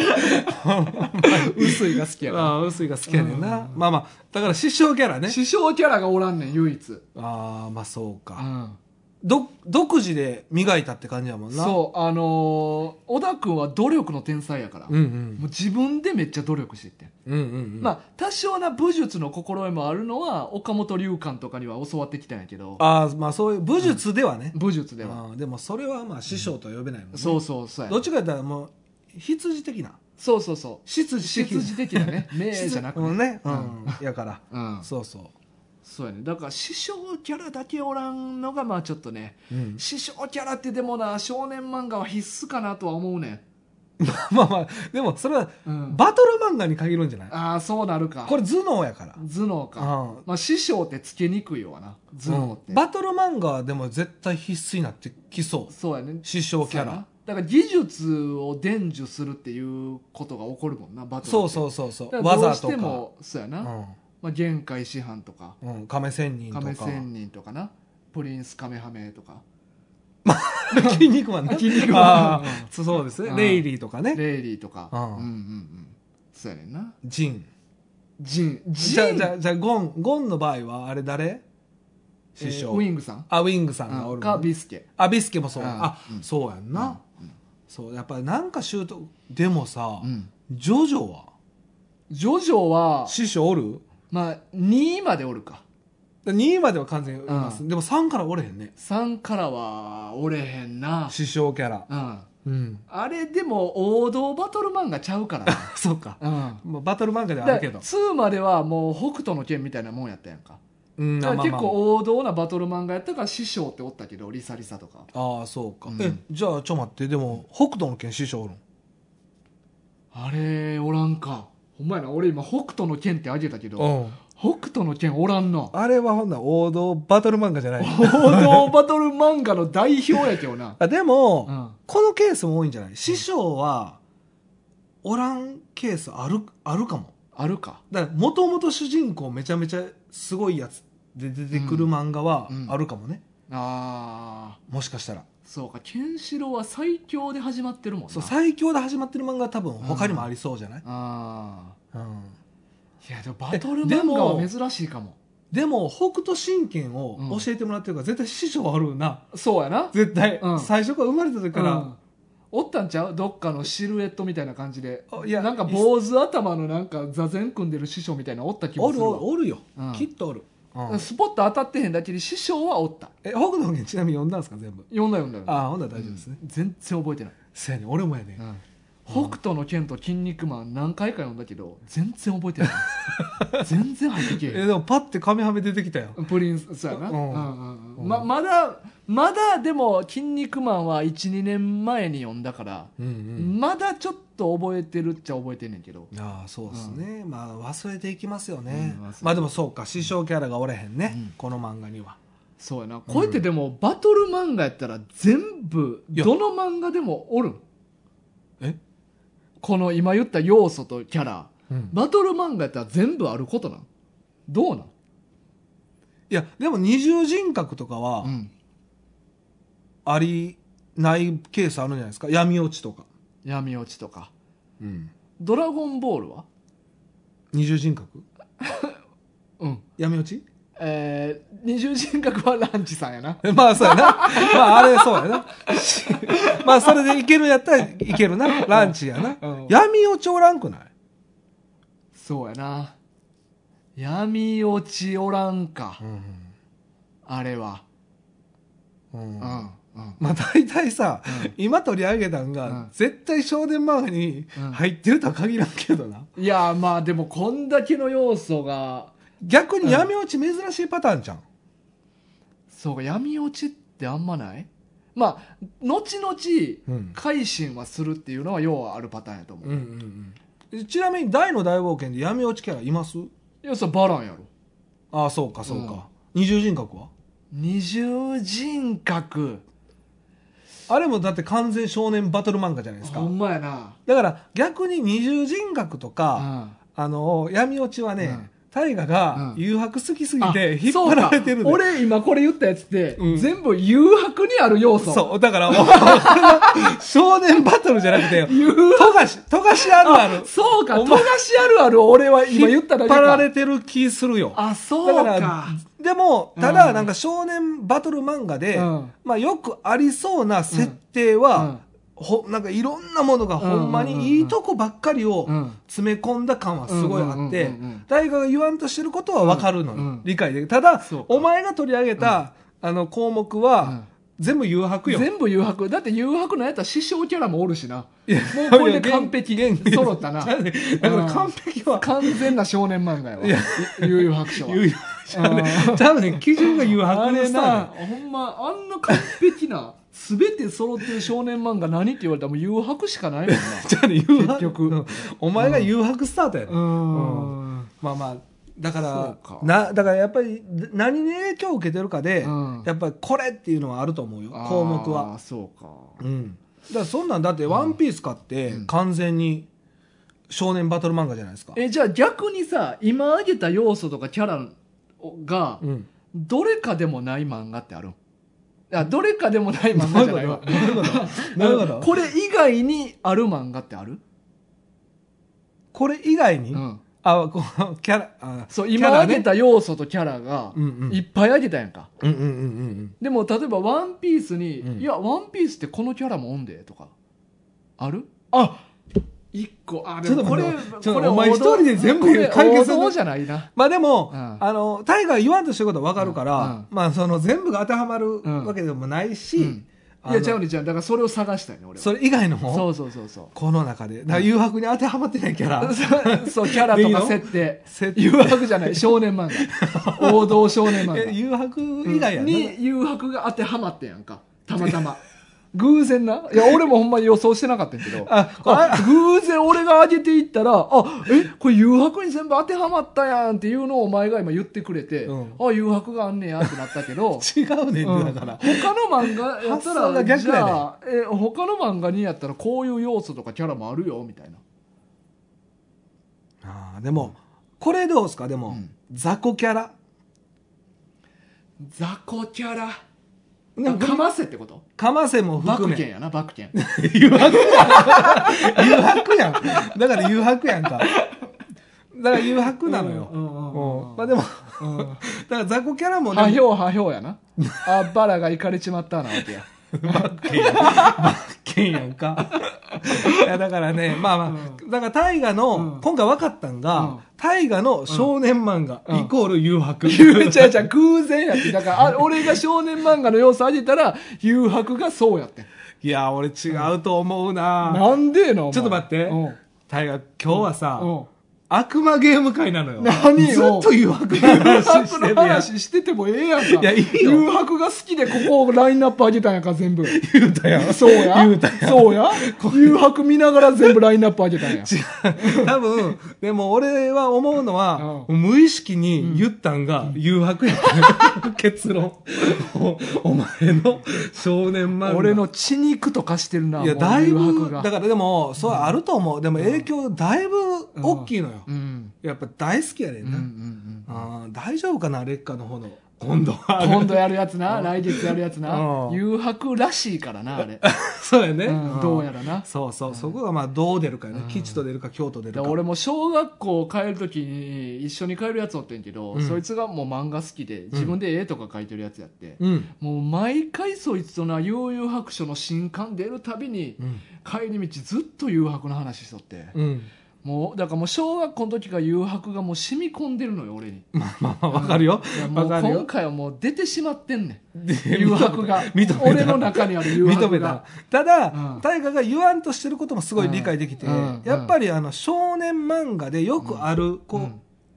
薄いが好きやかああ薄いが好きやねんうな、んまあまあだから師匠キャラらね師匠キャラがおらんねん唯一、ああまあそううか、ん、ど独自で磨いたって感じやもんなそうあのー小田君は努力の天才やから、うもんう自分でめっちゃ努力していってん、うんうんうんうんまあ多少な武術の心得もあるのは岡本龍寛とかには教わってきたんやけどあーまあそういう武術ではね、武術では、あーでもそれはまあ師匠とは呼べないもんね、そうそうそうやどっちかやったらもう必需的なそうそうそう執執事的な ね名じゃなくね,、て、うん、ねうんうんやからうん、そうそそうやねだから師匠キャラだけおらんのがまあちょっとねう、うん、師匠キャラってでもな少年漫画は必須かなとは思うね まあまあでもそれはん、うん、バトル漫画に限るんじゃないああそうなるかこれ頭脳やから頭脳か、うんまあ、師匠ってつけにくいよな頭脳って、うんバトル漫画はでも絶対必須になってきそうそうやね師匠キャそうやなラだから技術を伝授するっていうことが起こるもんなバトルそうそううそうそう技とか技らどうしてともそうやな、かまあ、限界師範とかうんうん亀仙人と亀か仙人とかなプリンスカメハメとか 筋肉マンね 筋肉マンあーそうそうですねうんレイリーとかねレイリーとかうんうんうんうんそうやねんなジンジンジンじゃあじゃあじゃあゴンゴンの場合はあれ誰えー師匠ウィングさんあウィングさんがおうんるかもんねビスケあビスケもそううんあうんそうやんなそうやっぱりなんか習得でもさうんジョジョはジョジョは師匠おるまあ2位までおるか2位までは完全にいます、うでも3からおれへんね3からはおれへんな師匠キャラうんうんあれでも王道バトル漫画ちゃうからな そう か、うんまあ、バトル漫画ではあだるかけらど、 2まではもう北斗の拳みたいなもんやったやんかうんだから結まあま構王道なバトル漫画やったから師匠っておったけどリサリサとかあまあ、ああそうか、うんえじゃあちょ待ってでも北斗の拳師匠おるんあれおらんかほんまやな俺今北斗の拳ってあげたけどん北斗の拳おらんなあれはほんなら王道バトル漫画じゃない王道バトル漫画の代表やけどなあでも、うんこのケースも多いんじゃない師匠はおらんケースあるあるかもあるかだからもともと主人公めちゃめちゃすごいやつで出てくる漫画はうんあるかもね、あもしかしたらーそうかケンシロウは最強で始まってるもんなそう最強で始まってる漫画は多分他にもありそうじゃない、あうんーいやでもバトル漫画は珍しいかもでも北斗神拳を教えてもらってるから絶対師匠はあるよなそうやな絶対、うん最初から生まれた時かうんら、おったんちゃうどっかのシルエットみたいな感じであいやなんか坊主頭のなんか座禅組んでる師匠みたいなのおった気もおするるおわるおるよ、うんきっとおる、うんスポット当たってへんだけに師匠はおったえ北斗の拳ちなみに読んだんですか全部読んだ読んだ読んだああほんなら大丈夫ですね、うん全然覚えてないせやねん俺もやねん、北斗の拳と筋肉マン何回か読んだけど全然覚えてない 全然入ってけええでもパッてカメハメ出てきたよ、へんプリンスそうやな、ううんんうんうんうんままだまだでも「筋肉マン」は12年前に読んだから、まだちょっと覚えてるっちゃ覚えてんねんけど、ああそうですね、まあ忘れていきますよね、うん忘れてまあでもそうか師匠キャラがおれへんね、うんこの漫画にはそうやなこうやってでも、バトル漫画やったら全部いやどの漫画でもおるんえ、この今言った要素とキャラうんバトル漫画やったら全部あることなんどうなんいやでも二重人格とかはうんありないケースあるんじゃないですか闇落ちとか、闇落ちとかドラゴンボールは二重人格うん闇落ち えー、二重人格はランチさんやなまあそうやな まああれそうやな しまあそれでいけるやったらいけるなランチやな、うん闇落ちおらんくないそうやな闇落ちおらんか、あれはうんうんうんまあ大体さ、うん今取り上げたんが、うん絶対少年漫画に入ってるとは限らんけどな、いやまあでもこんだけの要素が逆に闇落ち珍しいパターンじゃん、そうか闇落ちってあんまないまあ後々うん改心はするっていうのは要はあるパターンやと思う、うんうんうんちなみに大の大冒険で闇落ちキャラいますいやそれバランやろああそうかそうか、二重人格は二重人格あれもだって完全少年バトル漫画じゃないですかほんまやなだから逆に二重人格とうか、んあの闇落ちはね、うん大河がうん誘惑好きすぎあて引っそう張かられてるんだよ俺今これ言ったやつって、うん全部誘惑にある要素そう、だから、もうこれは少年バトルじゃなく て、誘惑富樫、富樫あるある。そうかお富前樫あるあるを俺は今言っただけか引っ張られてる気するよ。あそうだかからでも、ただ、うんなんか少年バトル漫画で、うんまあよくありそうな設定は、うんほなんかいろんなものがほんまうんうんうんにいいとこばっかりをうん詰め込んだ感はすごいあってうんうんうんうん、大河が言わんとしてることはわかるのよ、うんうん理解できる。ただそうか、お前が取り上げた、あの項目は、全部誘惑よ。全部誘惑だって誘惑のやつは師匠キャラもおるしなや もうこれで完璧揃ったなだから完璧は、完全な少年漫画やわいや悠々白書は 誘惑じゃね。多分ね、基準が誘あ惑でれさ、なほんまあんな完璧な全て揃ってる少年漫画何って言われたらもう誘白しかないもんな じゃあね、誘惑結局うんお前が誘惑スタートやね、うんうんまあまあ、だかそらうかな、だからやっぱり、な何に影響を受けてるかで、うんやっぱりこれっていうのはあると思うよ、項目あーは。そうかうん。だからそんなんだって、ワンピース買って、完全に少年バトル漫画じゃないですか。えじゃあ逆にさ今挙げた要素とかキャラがうん。どれかでもない漫画ってあるんあどれかでもない漫画なるじゃほないどわ。なるほど。なるほど。これ以外にある漫画ってある、これ以外に、うん、あ、こうキャラ、あそうキャ今ラ挙ねげた要素とキャラがうんうんいっぱい挙げたやんか、うんうんうんうんでも例えば「ワンピースに、うんいや「ワンピースってこのキャラもおんで」とかあるあ一個あちょっとこれ待ってちょっとこれお前王道一人で全部これ解決する王道じゃないなまあでも、うんあの、タイガー言わんとしてることは分かるから、うんうんまあその全部が当てはまるうんわけでもないし、うんいやちゃううねちゃうねだからそれを探したいね俺はそれ以外のそもうそうそうそうこの中で、だから誘惑に当てはまってないキャラ。そうそうキャラいといのか設定設定誘惑じゃない少年漫画 王道少年漫え画誘惑以外やな、に誘惑が当てはまってんやんかたまたま偶然ないや俺もほんまに予想してなかったんやけどああ偶然俺が上げていったらあえこれ誘惑に全部当てはまったやんっていうのをお前が今言ってくれて、うんあ誘惑があんねやってなったけど違うねんうんって、だから。他の漫画やった発想がら、逆やねじゃあえ他の漫画にやったらこういう要素とかキャラもあるよみたいなあーでも、これどうですかでも、うん雑魚キャラ。雑魚キャラでもかませってことかませもバ含クケめン。やなバクケン 誘惑やん誘惑やん。だから誘惑やんか。だから誘惑なのよ。うんうんうんうんうんまあでも、うんだから雑魚キャラもでもはひょうはひょうや なあバラがいかれちまったなわけ やけんやんか。いや、だからね、まあまあ、だから大河の、うん今回分かったんうんが、大河の少年漫画うんイコール誘惑。言うちゃうちゃう偶然やってだからあ俺が少年漫画の要素あげたら誘惑がそうやってんいや、俺違うと思うななんでえのお前ちょっと待ってうん大河、今日はさう、ん悪魔ゲーム会なのよ。何ずっよと誘惑の誘話惑してのるやん。話しててもええやんかいやいいよ誘惑が好きでここをラインナップ上げたんやから全部言うたやん。そうや言うたやん。そうや誘惑見ながら全部ラインナップ上げたんや違 う。多分、でも俺は思うのは、う無意識に言ったんが誘惑や、ね結論。おお前の少年漫画。俺の血肉とかしてるないや、もうだい誘ぶ、惑だがからでも、そうあると思う。でも影響だいぶ大きいのよ。うんやっぱ大好きやねうんんうんうな。んあー大丈夫かな、劣化の方の。今度は。今度やるやつな、来月やるやつなう、ん誘惑らしいからな、 あれ。 そうやね、うんどうやらな。そうそう、そこがまあどう出るかよね。吉と出るか京都出でるか。俺も小学校帰る時に一緒に帰るやつおってんけど、うんそいつがもう漫画好きで自分で絵とか描いてるやつやって、うん。もう毎回そいつとな悠々白書の新刊出るたびにうん。帰り道ずっと誘惑の話しとって、うん。もうだからもう小学校の時から誘惑がもう染み込んでるのよ俺にまあまあまあ、わかるよいや。も わうかるよ今。回はもう出てしまってんねでん誘惑が 認めた俺の中にある誘惑が認めたただ、うん大河が言わんとしてることもすごい理解できて、うんうんやっぱりあの少年漫画でよくあるこう、うん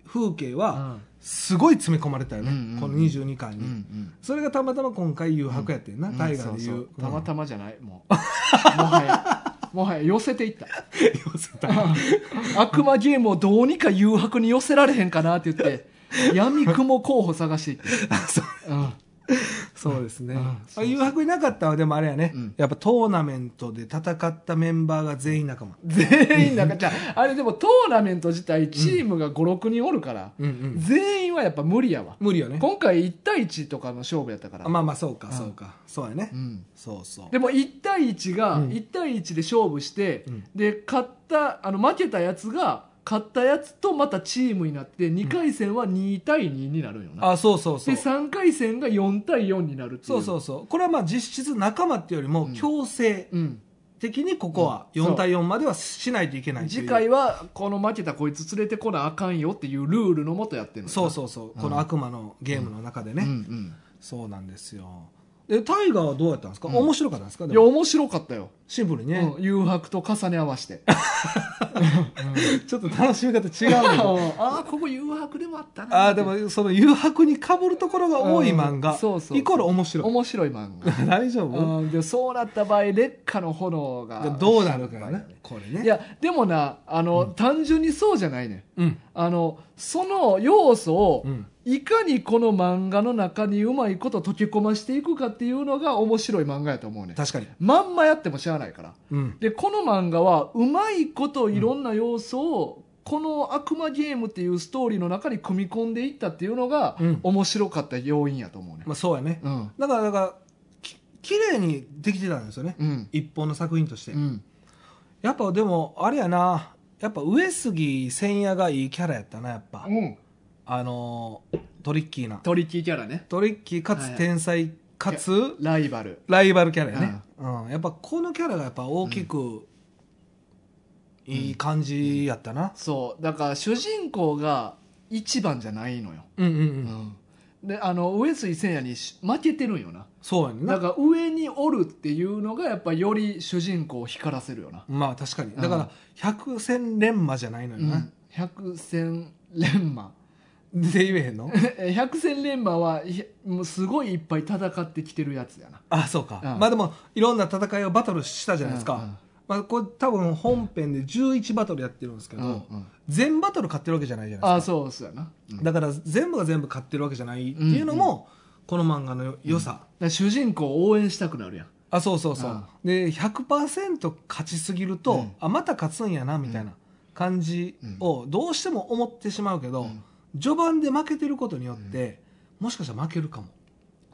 風景は、うんすごい詰め込まれたよね、うんうんうんこの22巻うんうに、んそれがたまたま今回誘白やってんな、うん大河で言う,、そそたま たままじゃないもうもはやもはや寄せていった悪魔ゲームをどうにか誘白に寄せられへんかなって言って闇雲候補探していって、うんそうですねうんうんそうそう誘白いなかったのはでもあれやね、うんやっぱトーナメントで戦ったメンバーが全員仲間、全員なんかじゃああれでもトーナメント自体チームが56人おるから、全員はやっぱ無理やわ無理よね今回1対1とかの勝負やったから、あまあまあそうかうんそうか、そうやね、うんそうそうでも1対1がうん1対1で勝負して、うんで勝ったあの負けたやつが勝ったやつとまたチームになって2回戦は2対2になるんよな、あそうそうそうで3回戦が4対4になるっていうそうそうそうこれはまあ実質仲間っていうよりもうん強制うん、的にここはうんそう4対4まではしないといけないという次回はこの負けたこいつ連れてこなあかんよっていうルールのもとやってるそううそうそう、うんこの悪魔のゲームの中でね、うんそうなんですよでタイガーはどうやったんですか、うん面白かったんですかうん、でいやも面白かったよ、シンプルにね、うん、誘白と重ね合わせて ちょっと楽しみ方違うあの よあここ誘白でもあったなああでもその誘白にかぶるところが多い漫画、うんそうそうイコール面白い面白い漫画 大丈夫うん、でそうなった場合劣化の炎がどうなるかよねこれねいやでもなあの、単純にそうじゃないねんうんあのその要素を、うんいかにこの漫画の中にうまいこと溶け込ましていくかっていうのが面白い漫画やと思うねん確かにまんまやってもしゃあないからうんでこの漫画はうまいこといろんな要素を、この悪魔ゲームっていうストーリーの中に組み込んでいったっていうのが、うん面白かった要因やと思うねん、まあそうやねうんだからだからき綺麗にできてたんですよね、うん一本の作品として、うんやっぱでもあれやなやっぱ上杉千也がいいキャラやったなやっぱ、うんあのートリッキーなトリッキーキャラねトリッキーかはいはいつ天才かつライバルライバルキャラやね、うんやっぱこのキャラがやっぱ大きくいい感じやったなそうだから主人公が一番じゃないのよ、うんうんうん、うんであの上杉誠也にし負けてるんよなそうやねんだなから上におるっていうのがやっぱより主人公を光らせるよな、まあ確かにうんだから百戦錬磨じゃないのうよな、ん、百戦錬磨 で言えへんの百戦錬磨はひもうすごいいっぱい戦ってきてるやつやなあそうか、うんまあでもいろんな戦いをバトルしたじゃないですか、うんうんまあ、これ多分本編で11バトルやってるんですけど、うんうん全バトル勝ってるわけじゃないじゃないあであすかそうそうやな、うんだかだから全部が全部勝ってるわけじゃないっていうのも、この漫画のよ良さ、ら主人公を応援したくなるやんあそうそうそう、うんで100%勝ちすぎると、うんあまた勝つんやなみたいな感じをどうしても思ってしまうけど、うん序盤で負けてることによって、もしかしたら負けるかも、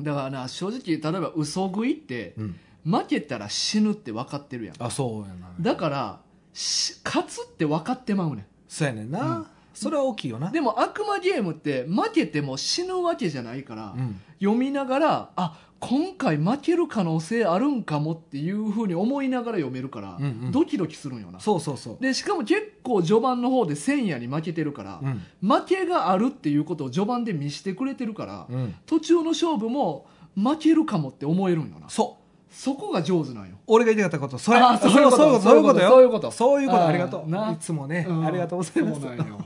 だからな正直例えば嘘食いって負けたら死ぬって分かってるやんあそうやなだからし勝つって分かってまうねそうやねんな、うんそれは大きいよなんでも悪魔ゲームって負けても死ぬわけじゃないから、うん読みながらあ今回負ける可能性あるんかもっていうふうに思いながら読めるから、うんうんドキドキするんよなそうそうそう、でしかも結構序盤の方で千夜に負けてるから、うん負けがあるっていうことを序盤で見してくれてるから、うん、途中の勝負も負けるかもって思えるんよなそうそこが上手なんよ俺が言いたかったこと、それ、あーそういうことそういうこと、そそうういいううこことと、そういうこと、あーありがとう。ないつもね、んありがとうございます。そうなんよ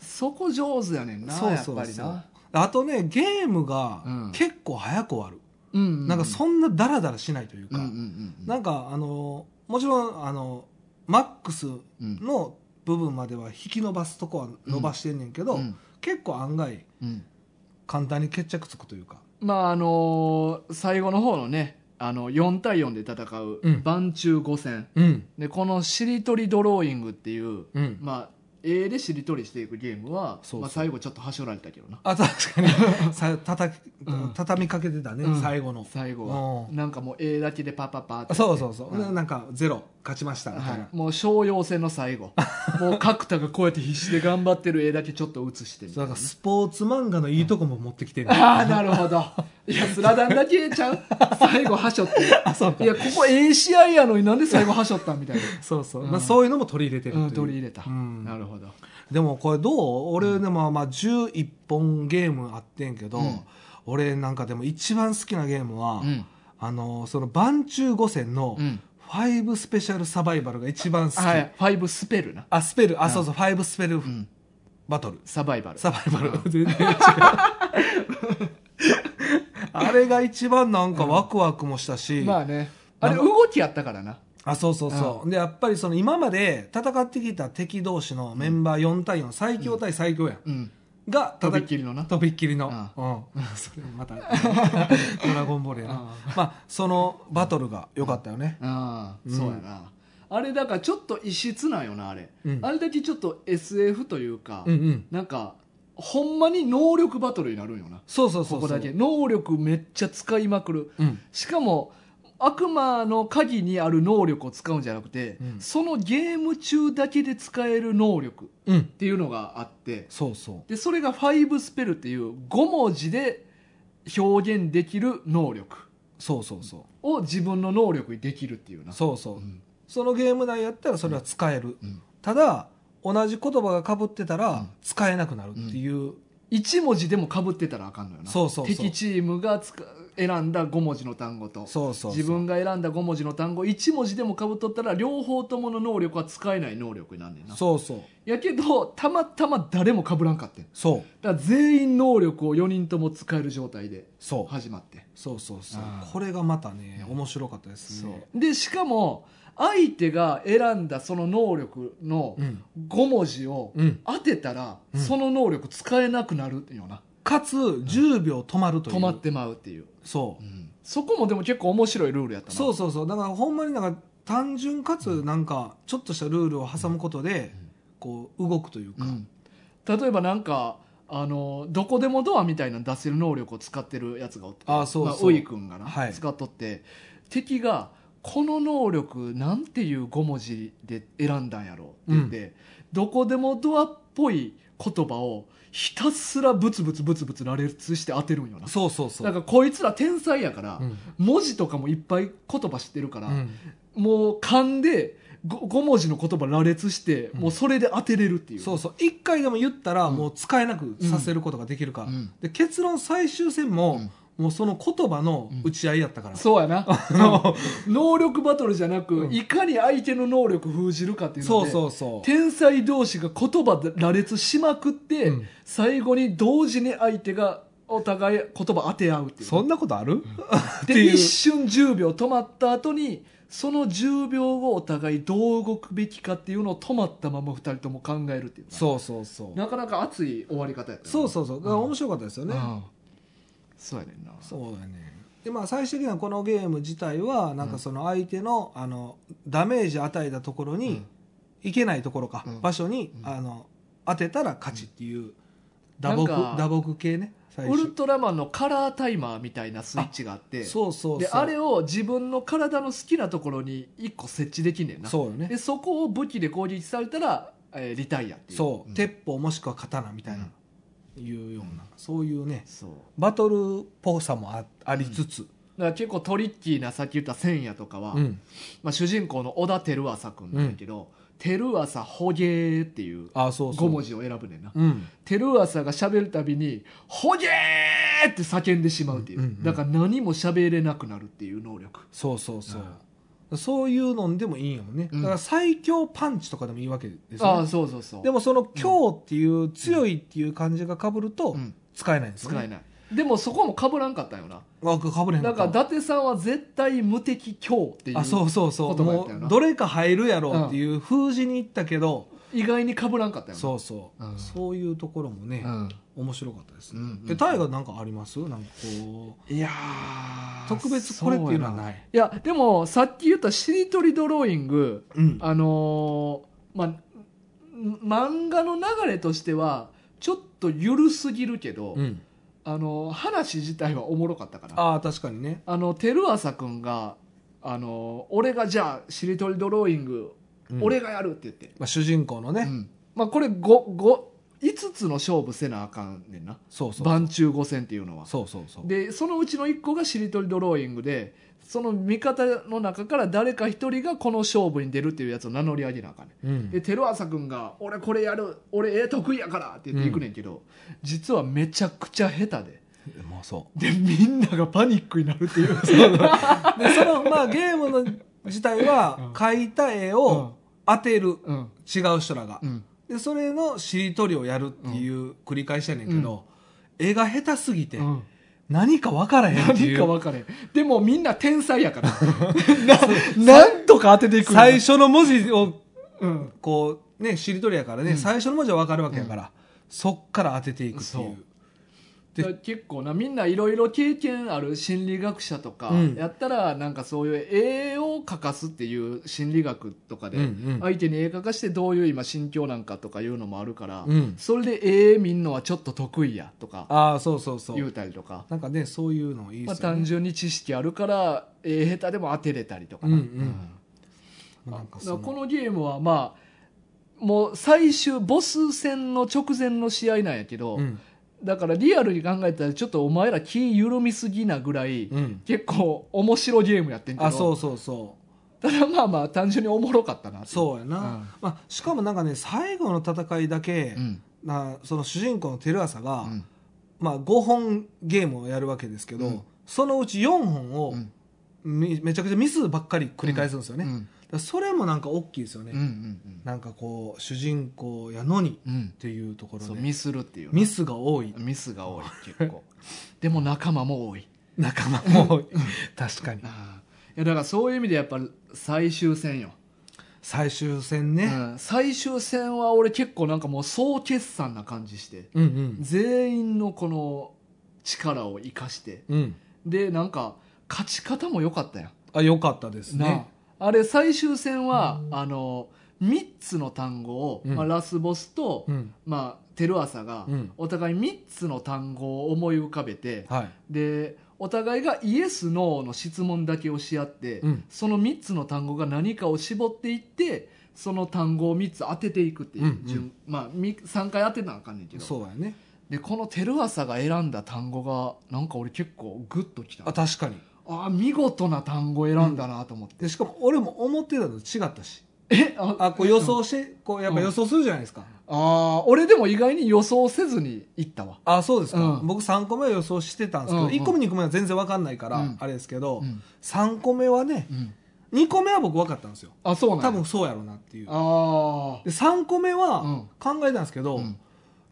そこ上手やねんなそうそうやっぱりそうな。あとね、ゲームがうん結構早く終わる。うんうんなんかそんなダラダラしないといううんかうんう、んうんなんかあの、もちろんあの、マックスうんの部分までは引き伸ばすとこは伸ばしてんねんけどうん、結構案外うん簡単に決着つくというか。まああのー最後の方のねあの4対4で戦ううん番中5戦うん。でこのしりとりドローイングっていううん。まあ絵でしりとりしていくゲームはそうそうまあ最後ちょっとはしょられたけどなあ、確かに。さ叩きうん畳みかけてたねうん、最後の。最後はうんなんかもう絵だけでパパパってそうそうそう、うんでなんかゼロ勝ちましたみたいな、はい、もう商用戦の最後もう角田がこうやって必死で頑張ってる絵だけちょっと写してみそた ういななんかスポーツ漫画のいいとこも持って きてる、ああなるほどいやスラダンだけちゃう最後はしょってあそういやここええ試合やのになんで最後はしょったんみたいな、そうそう、うんまあ、そういうのも取り入れてるといううん、取り入れた、うんなるほどでもこれどう俺でもまあ11本ゲームあってんけど、うん俺なんかでも一番好きなゲームは、うんあのその番中五戦のうん5スペシャルサバイバルが一番好き、はいファイブスペルなあスペルあそうそう5スペルうんバトル。サバイバル。サバイバル。全然違う。あれが一番なんかワクワクもしたし、まあね。あれ、動きやったからな。あ、そうそうそう。で、やっぱりその今まで戦ってきた敵同士のメンバー4対4、最強対最強やん。うん。がと叩びっきりのな。とびっきりの。あ うん。それまた、 ドラゴンボールやな。あまあ、そのバトルが良かったよね。ああ、うんそうやな。あれ、だからちょっと異質なんよな、あれ。うんあれだけちょっと SF というか、うんうん。なんか、ほんまに能力バトルになるんよな。そうそうそうそう。ここだけ。。能力めっちゃ使いまくる。うん。しかも悪魔の鍵にある能力を使うんじゃなくて、うんそのゲーム中だけで使える能力っうん。ていうのがあってそうそう。でそれが5スペルっていう5文字で表現できる能力そうそうそを自分の能力にできるっていうなう。そうそうう。んそのゲーム内やったらそれは使える。うんただ、同じ言葉が被ってたうらん使えなくなるっていう。 1文字でもかぶってたらあかんのよなそうそうそう敵チームがつか選んだ5文字の単語とそうそうそう。自分が選んだ5文字の単語1文字でもかぶっとったら両方ともの能力は使えない能力になんねんなそうそう。やけどたまたま誰も被らんかってんそう。だから全員能力を4人とも使える状態でそう。始まってそうそうそうあーこれがまたねうん面白かったですねでしかも相手が選んだその能力のうん5文字をうん当てたら、うんその能力使えなくなるようなかつ10秒止まるという止まってまうっていう、そうそこもでも結構面白いルールやったなそうそうそうだからほんまになんか単純かつなんかちょっとしたルールを挟むことでうんこう動くというかうん例えばなんかあのどこでもドアみたいなの出せる能力を使ってるやつがおってあそうそまうウイ君がな、はい使っとって敵が「この能力なんていう5文字で選んだんやろ」って言って、どこでもドアっぽい言葉をひたすらブツブツブツブツ羅列して当てるんよなそうそうそだうからこいつら天才やから、うん文字とかもいっぱい言葉知ってるから、うんもう勘で 5, 文字の言葉羅列して、うんもうそれで当てれるっていう。そうそう一回でも言ったらうんもう使えなくさせることができるからうんで結論最終戦ももうその言葉の打ち合いやったからそうやなの能力バトルじゃなく、うんいかに相手の能力封じるかっていうの そでうそうそう天才同士が言葉で羅列しまくって、うん最後に同時に相手がお互い言葉当て合うっていうそんなことあるってでいう一瞬10秒止まった後にその10秒後お互いどう動くべきかっていうのを止まったまま2人とも考えるっていうなそうそうそうなかなか熱い終わり方やったよなそうそうそうだから面白かったですようんねそうやねんなそうだねでまあ最終的にはこのゲーム自体はなんかその相手のあのダメージ与えたところうにん行けないところかうん場所にうんあの当てたら勝ちっていう打なん撲か打撲系ね最ウル初トラマンのカラータイマーみたいなスイッチがあってそうそうそうであれを自分の体の好きなところに1個設置できんねんなそうよねでそこを武器で攻撃されたら、えーリタイアっていうそう、ん鉄砲もしくは刀みたいな、いうようなそういうねそうバトルっぽさもあありつつ、だから結構トリッキーなさっき言った千夜とかは、うんまあ、主人公の小田照朝君なんだけど、照朝ほげーっていうあそうそう5文字を選ぶねんなうん照朝が喋るたびに「ほげー!」って叫んでしまうっていう,、うんうんうんだから何も喋れなくなるっていう能力そうそうそう、そういうのでもいいんやもんね、うんだから最強パンチとかでもいいわけですあよあねそうそうそうでもその強っていう強いっていう感じが被るとうん使えないんですよ、使えね。ないでもそこもかぶらんかったよなあ被れへんなんか伊達さんは絶対無敵強っていうあそうそうそう言葉やっもたよなうどれか入るやろうっていう封じにいったけど、意外にかぶらんかったよなそうそう、うんそういうところもね、ん面白かったですね。うんうんえ大河なんかあります？なんかこういやー特別これっていうのはないい。いやでもさっき言ったしりとりドローイングうんあのーまあん漫画の流れとしてはちょっと緩すぎるけど、うんあのー話自体はおもろかったからああ確かにね。あの照朝君が、あのー俺がじゃあしりとりドローイング、うん俺がやるって言ってまあ主人公のね、うんまあ、これ5つの勝負せなあかんねんなそうそう番中5戦っていうのはそうそうそう。でそのうちの1個がしりとりドローイングでその味方の中から誰か1人がこの勝負に出るっていうやつを名乗り上げなあかんねんうんで照朝君が「俺これやる俺絵得意やから」って言っていくねんけど、実はめちゃくちゃ下手でまあそう。でみんながパニックになるっ ていうでそのまあゲームの自体はうん描いた絵を当てるうん違う人らが。うんでそれのしりとりをやるっていう繰り返しやねんけど、絵が下手すぎてうん何か分からへんってい何うか分かれんでもみんな天才やから ななんとか当てていくんだ最初の文字をうんこうねしりとりやからね、うん最初の文字は分かるわけやから、そっから当てていくっていうそうでだから結構なみんないろいろ経験ある心理学者とか、うんやったらなんかそういう絵を描かすっていう心理学とかで、うんうん相手に絵描かしてどういう今心境なんかとかいうのもあるから、うんそれで絵見んのはちょっと得意やとかああそうそうそ言ううたりとか、なんかねそういうのいいまあ、ですよ単ね、純に知識あるから絵下手でも当てれたりとかな、うんうんなんだかかそらのこのゲームはまあもう最終ボス戦の直前の試合なんやけど、うんだからリアルに考えたらちょっとお前ら気緩みすぎなぐらい、うん結構面白いゲームやってんけどあそうそうそうただまあまあ単純におもろかったなっていそうやな、うんまあ、しかもなんかね最後の戦いだけ、うんなその主人公のテルアサが、うんまあ、5本ゲームをやるわけですけど、うんそのうち4本をうんめめちゃくちゃミスばっかり繰り返すんですよね、うだかんらそれもなんか大きいですよね、うんうんなんかこう主人公やのにうんうんっていうところそうで、ミスるっていうミスが多いミスが多い結構でも仲間も多い仲間も 多い確かにあーいやだからそういう意味でやっぱ最終戦よ、最終戦うね、ん、最終戦は俺結構なんかもう総決算な感じしてうん、うん全員のこの力を生かしてうんでなんか勝ち方も良かったやんあよかったですなねああれ最終戦は、あの3つの単語を、うんまあ、ラスボスと、うんまあ、テルアサが、うんお互い3つの単語を思い浮かべて、はいでお互いがイエス・ノーの質問だけをし合って、うんその3つの単語が何かを絞っていってその単語を3つ当てていくっていう、うんうん順まあ、み3回当てなあかんねんけどそうやねでこのテルアサが選んだ単語がなんか俺結構グッときたあ確かにああ見事な単語選んだなと思って、でしかも俺も思ってたのと違ったしえああこう予想して、こうやっぱ予想するじゃないですか、ああ、俺でも意外に予想せずに行ったわ。あそうですか、うん僕3個目は予想してたんですけど、うんうん1個目2個目は全然分かんないから、うんあれですけど、うん3個目はね2個目は僕分かったんですよあ、そうなんや多分。そうやろうなっていうあで3個目うはん考えたんですけど、あ。うん。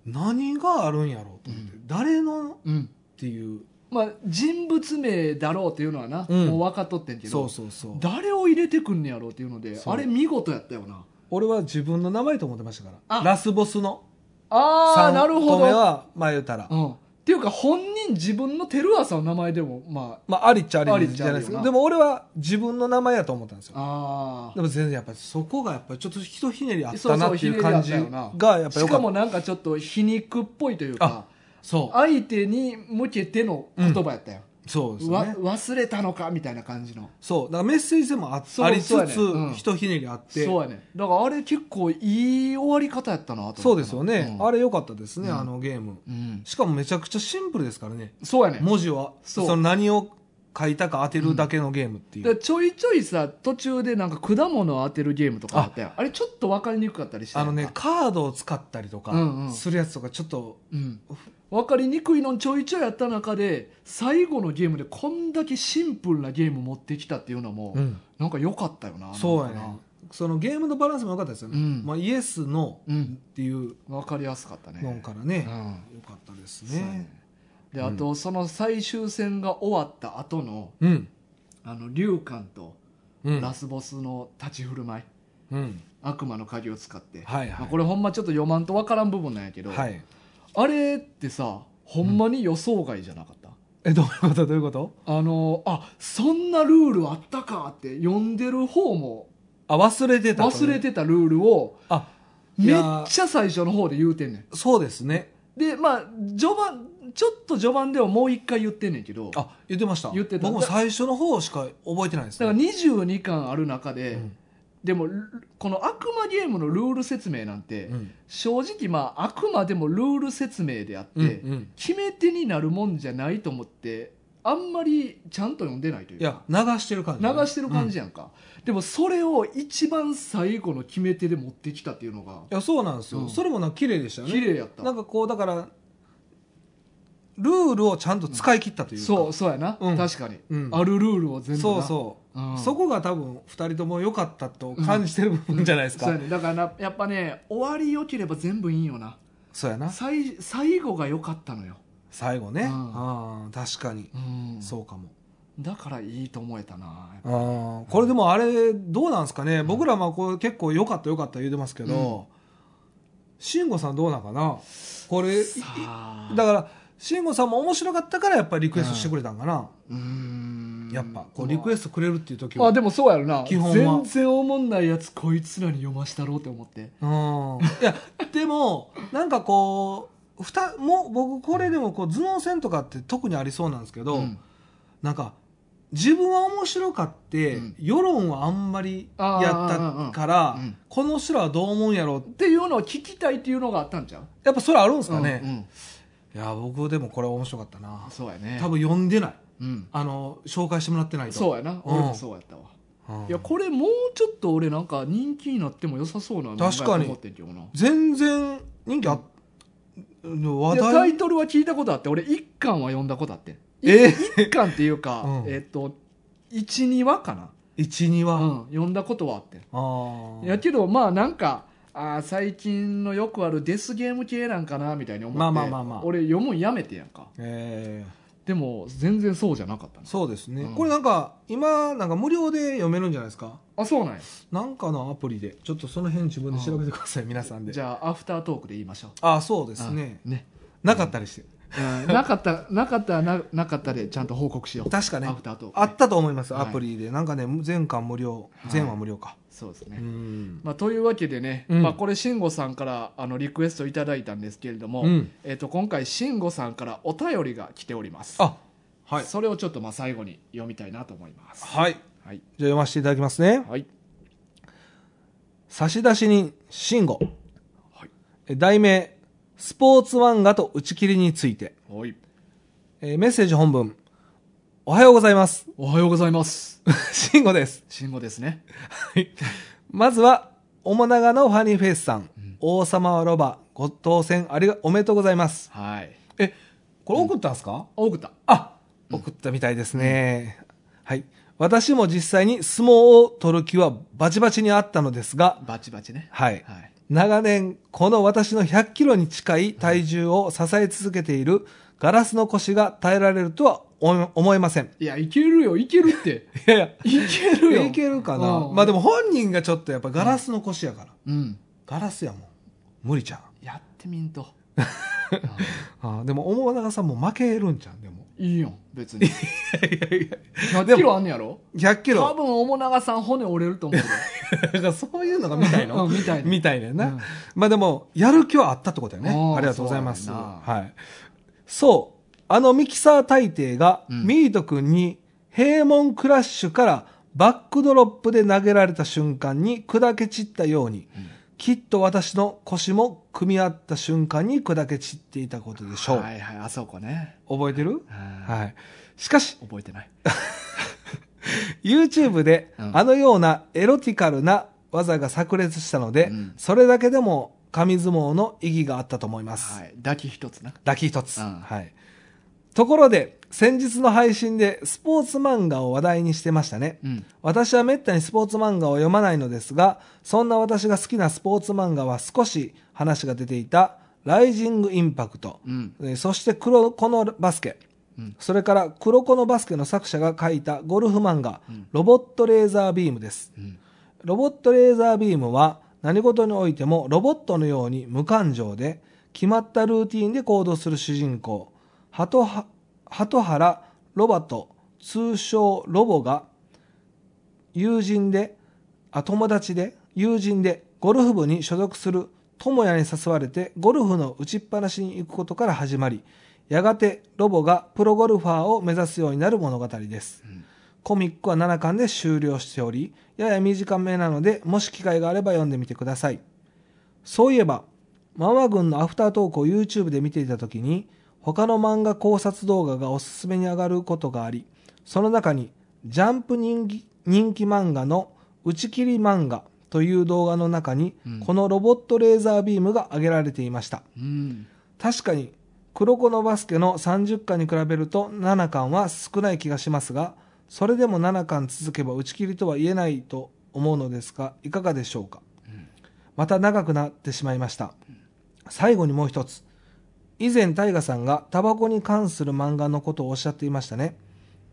何があるんやろうと思って、誰のっうん。ていうまあ、人物名だろうっていうのはな、うんもう分かっとってんけど。そうそうそう誰を入れてくんねやろうっていうので、そうあれ見事やったよな。俺は自分の名前と思ってましたかあらラスボスのああ、なる3ほ個目ど。はまあ言うたら、うん。っていうか、本人自分のテルアサの名前でも、ままあありっちゃあありりじっちゃゃないありでよなすかでも俺は自分の名前やと思ったんですよあ、あでも全然やっぱりそこがやっぱりちょっとひとひねりあっそたうなそうっていう感じひねりあったよながやあ。っぱしよかかっもなんかちょっと皮肉っぽいというあか、たそ相手に向けての言葉やったよ。うそうですわね忘れたのかみたいな感じの。そうだからメッセージ性もあそうありつそうやつねうんひとひねりあってそうやねだからあれ結構いい終わり方やったなと思ったなそうですよねうんあれ良かったですねうんあのゲームうんしかもめちゃくちゃシンプルですからねそうやね文字はそそうの何を書いたか当てるだけのゲームっていだかうらちょいちょいさ途中でなんか果物を当てるゲームとかあったやんあれちょっと分かりにくかったりしてあのねカードを使ったりとうんうかんするやつとかちょっとうん分かりにくいのちょいちょいやった中で最後のゲームでこんだけシンプルなゲーム持ってきたっていうのも、うんなんか良かったよなそうなやんかねそのゲームのバランスも良かったですよねうんまあイエスノなうーっんていう分かりやすかったねのからねうん良かったですそうやねねであとその最終戦が終わった後のうんあの龍館とうんラスボスの立ち振る舞いうん悪魔の鍵を使って、はいまはあ、いこれほんまちょっと読まんと分からん部分なんやけど、はいあれってさほんまに予想外じゃなかった、えどういうことどういうことあのあそんなルールあったかって読んでる方もあ忘れてたと忘れてたルールをあいめっやーちゃ最初の方で言うてんねそうですねんでまあ序盤ちょっと序盤ではもう一回言ってんねんけどだかあ言ってました言ってた僕も最初の方しか覚えてないですらね22巻ある中で、うんでもルこの悪魔ゲームのルール説明なんて、うん正直まああくまでもルール説明であって、うんうん決め手になるもんじゃないと思ってあんまりちゃんと読んでないといういやか流してる感じ流してる感じやんか、でもそれを一番最後の決め手で持ってきたっていうのがいやそうなんですよ、うんそれもなんか綺麗でしたよね綺麗やった、なんかこうだからルールをちゃんと使い切ったというか、そうそうやな、うん確かに、うんあるルールを全部なそうそう、うんそこが多分2人とも良かったと感じてる部分じゃないですか、そうやねだからなやっぱね終わり良ければ全部いいんよなそうやな最最後が良かったのよ、最後ね、うあんあ確かに、うんそうかもだからいいと思えたなやっぱああこれでもあれどうなんですかね、僕らまあこう結構良かった良かった言うてますけど、慎吾さんどうなんかなこれいさあだから慎吾さんも面白かったからやっぱりリクエストしてくれたんかな、うーんやっぱこうリクエストくれるっていう時まは、あでもそうやろな基本は全然おもんないやつこいつらに読ましたろうって思ってうんいやでもなんかこうふたもう僕これでもこう頭脳戦とかって特にありそうなんですけど、んなんか自分は面白かって、うん世論はあんまりやったから、あーうんうんうんこの人らはどう思うんやろっていうのを聞きたいっていうのがあったんちゃうやっぱそれあるんですうかんね、いや僕でもこれ面白かったなうん、そうやね多分読んでないうん、あの紹介してもらってないとそうやな俺もそうやったわ、うんいやこれもうちょっと俺なんか人気になっても良さそうな確かに漫画やと思ってんけどな全然人気あっ、話いやタ題イトルは聞いたことあって俺一巻は読んだことあってえ一巻っていうか、うんえっと12話かな、 12話、うん、読んだことはあってああやけどまあなんかあー最近のよくあるデスゲーム系なんかなみたいに思って、まあまあまあまあ俺読むんやめてやんかえーでも全然そうじゃなかったなそうですね、うんこれなんか今なんか無料で読めるんじゃないですかあそうなんやなんかのアプリでちょっとその辺自分で調べてください、皆さんでじゃあアフタートークで言いましょうああそうですね、うんねなかったりしてうんなかった なかったらななかったでちゃんと報告しよう確かねアフタートークあったと思います、はいアプリでなんかね全巻無料い全話無料か、そうですね、うんまあ、というわけでね、うんまあ、これ慎吾さんからあのリクエストいただいたんですけれども、うんえっと今回慎吾さんからお便りが来ておりますあはいそれをちょっとまあ最後に読みたいなと思いますはいじゃはい、あ読ませていただきますねはい、差出人慎吾、はいえ題名スポーツ漫画と打ち切りについて、おいえーメッセージ本文おはようございます おはようございます慎吾です慎吾ですねはいまずは、おもながのファニーフェイスさん、王様はロバ、ご当選ありが、おめでとうございます。はいえ、これ送ったんですか、大田あ、送ったみたいですね。はい。私も実際に相撲を取る気はバチバチにあったのですが、バチバチねはい。はい長年、この私の100キロに近い体重を支え続けているガラスの腰が耐えられるとは思思いません。いやいけるよいけるっていやいや、 いけるよいけるかな。うんまあでも本人がちょっとやっぱガラスの腰やから。うんガラスやもん。無理じゃん。やってみんとああでも、大長さんも負けるんじゃん、でも。 いいよ別にで100キもロあんねやろ100キ多ロ。分面長さん骨折れると思うでなんかそういうのが見たいのうん見たいね 見たいねんな。うんまあでも、やる気はあったってことよねあ。あありがとうございます。そうやなはい。そう。あのミキサー大帝が、うんミート君に、平門クラッシュからバックドロップで投げられた瞬間に砕け散ったように、んきっと私の腰も組み合った瞬間に砕け散っていたことでしょう。はいはいあそこね覚えてるははい。しかし、い覚えてない YouTube で、うんあのようなエロティカルな技が炸裂したので、うんそれだけでも紙相撲の意義があったと思います。はい抱き一つなラッキー一つ、うんはい。ところで、先日の配信でスポーツ漫画を話題にしてましたね。うん私はめったにスポーツ漫画を読まないのですが、そんな私が好きなスポーツ漫画は少し話が出ていた、ライジングインパクト、うんえーそして黒子のバスケ、うんそれから黒子のバスケの作者が書いたゴルフ漫画、うんロボットレーザービームです。うんロボットレーザービームは何事においてもロボットのように無感情で決まったルーティンで行動する主人公鳩は鳩原ロバと通称ロボが友人であ友達で友人でゴルフ部に所属する友也に誘われてゴルフの打ちっぱなしに行くことから始まりやがてロボがプロゴルファーを目指すようになる物語です、うんコミックは7巻で終了しておりやや短めなのでもし機会があれば読んでみてくださいそういえばママ軍のアフタートークを YouTube で見ていた時に他の漫画考察動画がおすすめに上がることがありその中にジャンプ人気人気漫画の打ち切り漫画という動画の中に、うんこのロボットレーザービームが挙げられていましたうん確かに黒子のバスケの30巻に比べると7巻は少ない気がしますが、それでも7巻続けば打ち切りとは言えないと思うのですが、いかがでしょうか。また長くなってしまいました。最後にもう一つ。以前、タイガさんがタバコに関する漫画のことをおっしゃっていましたね。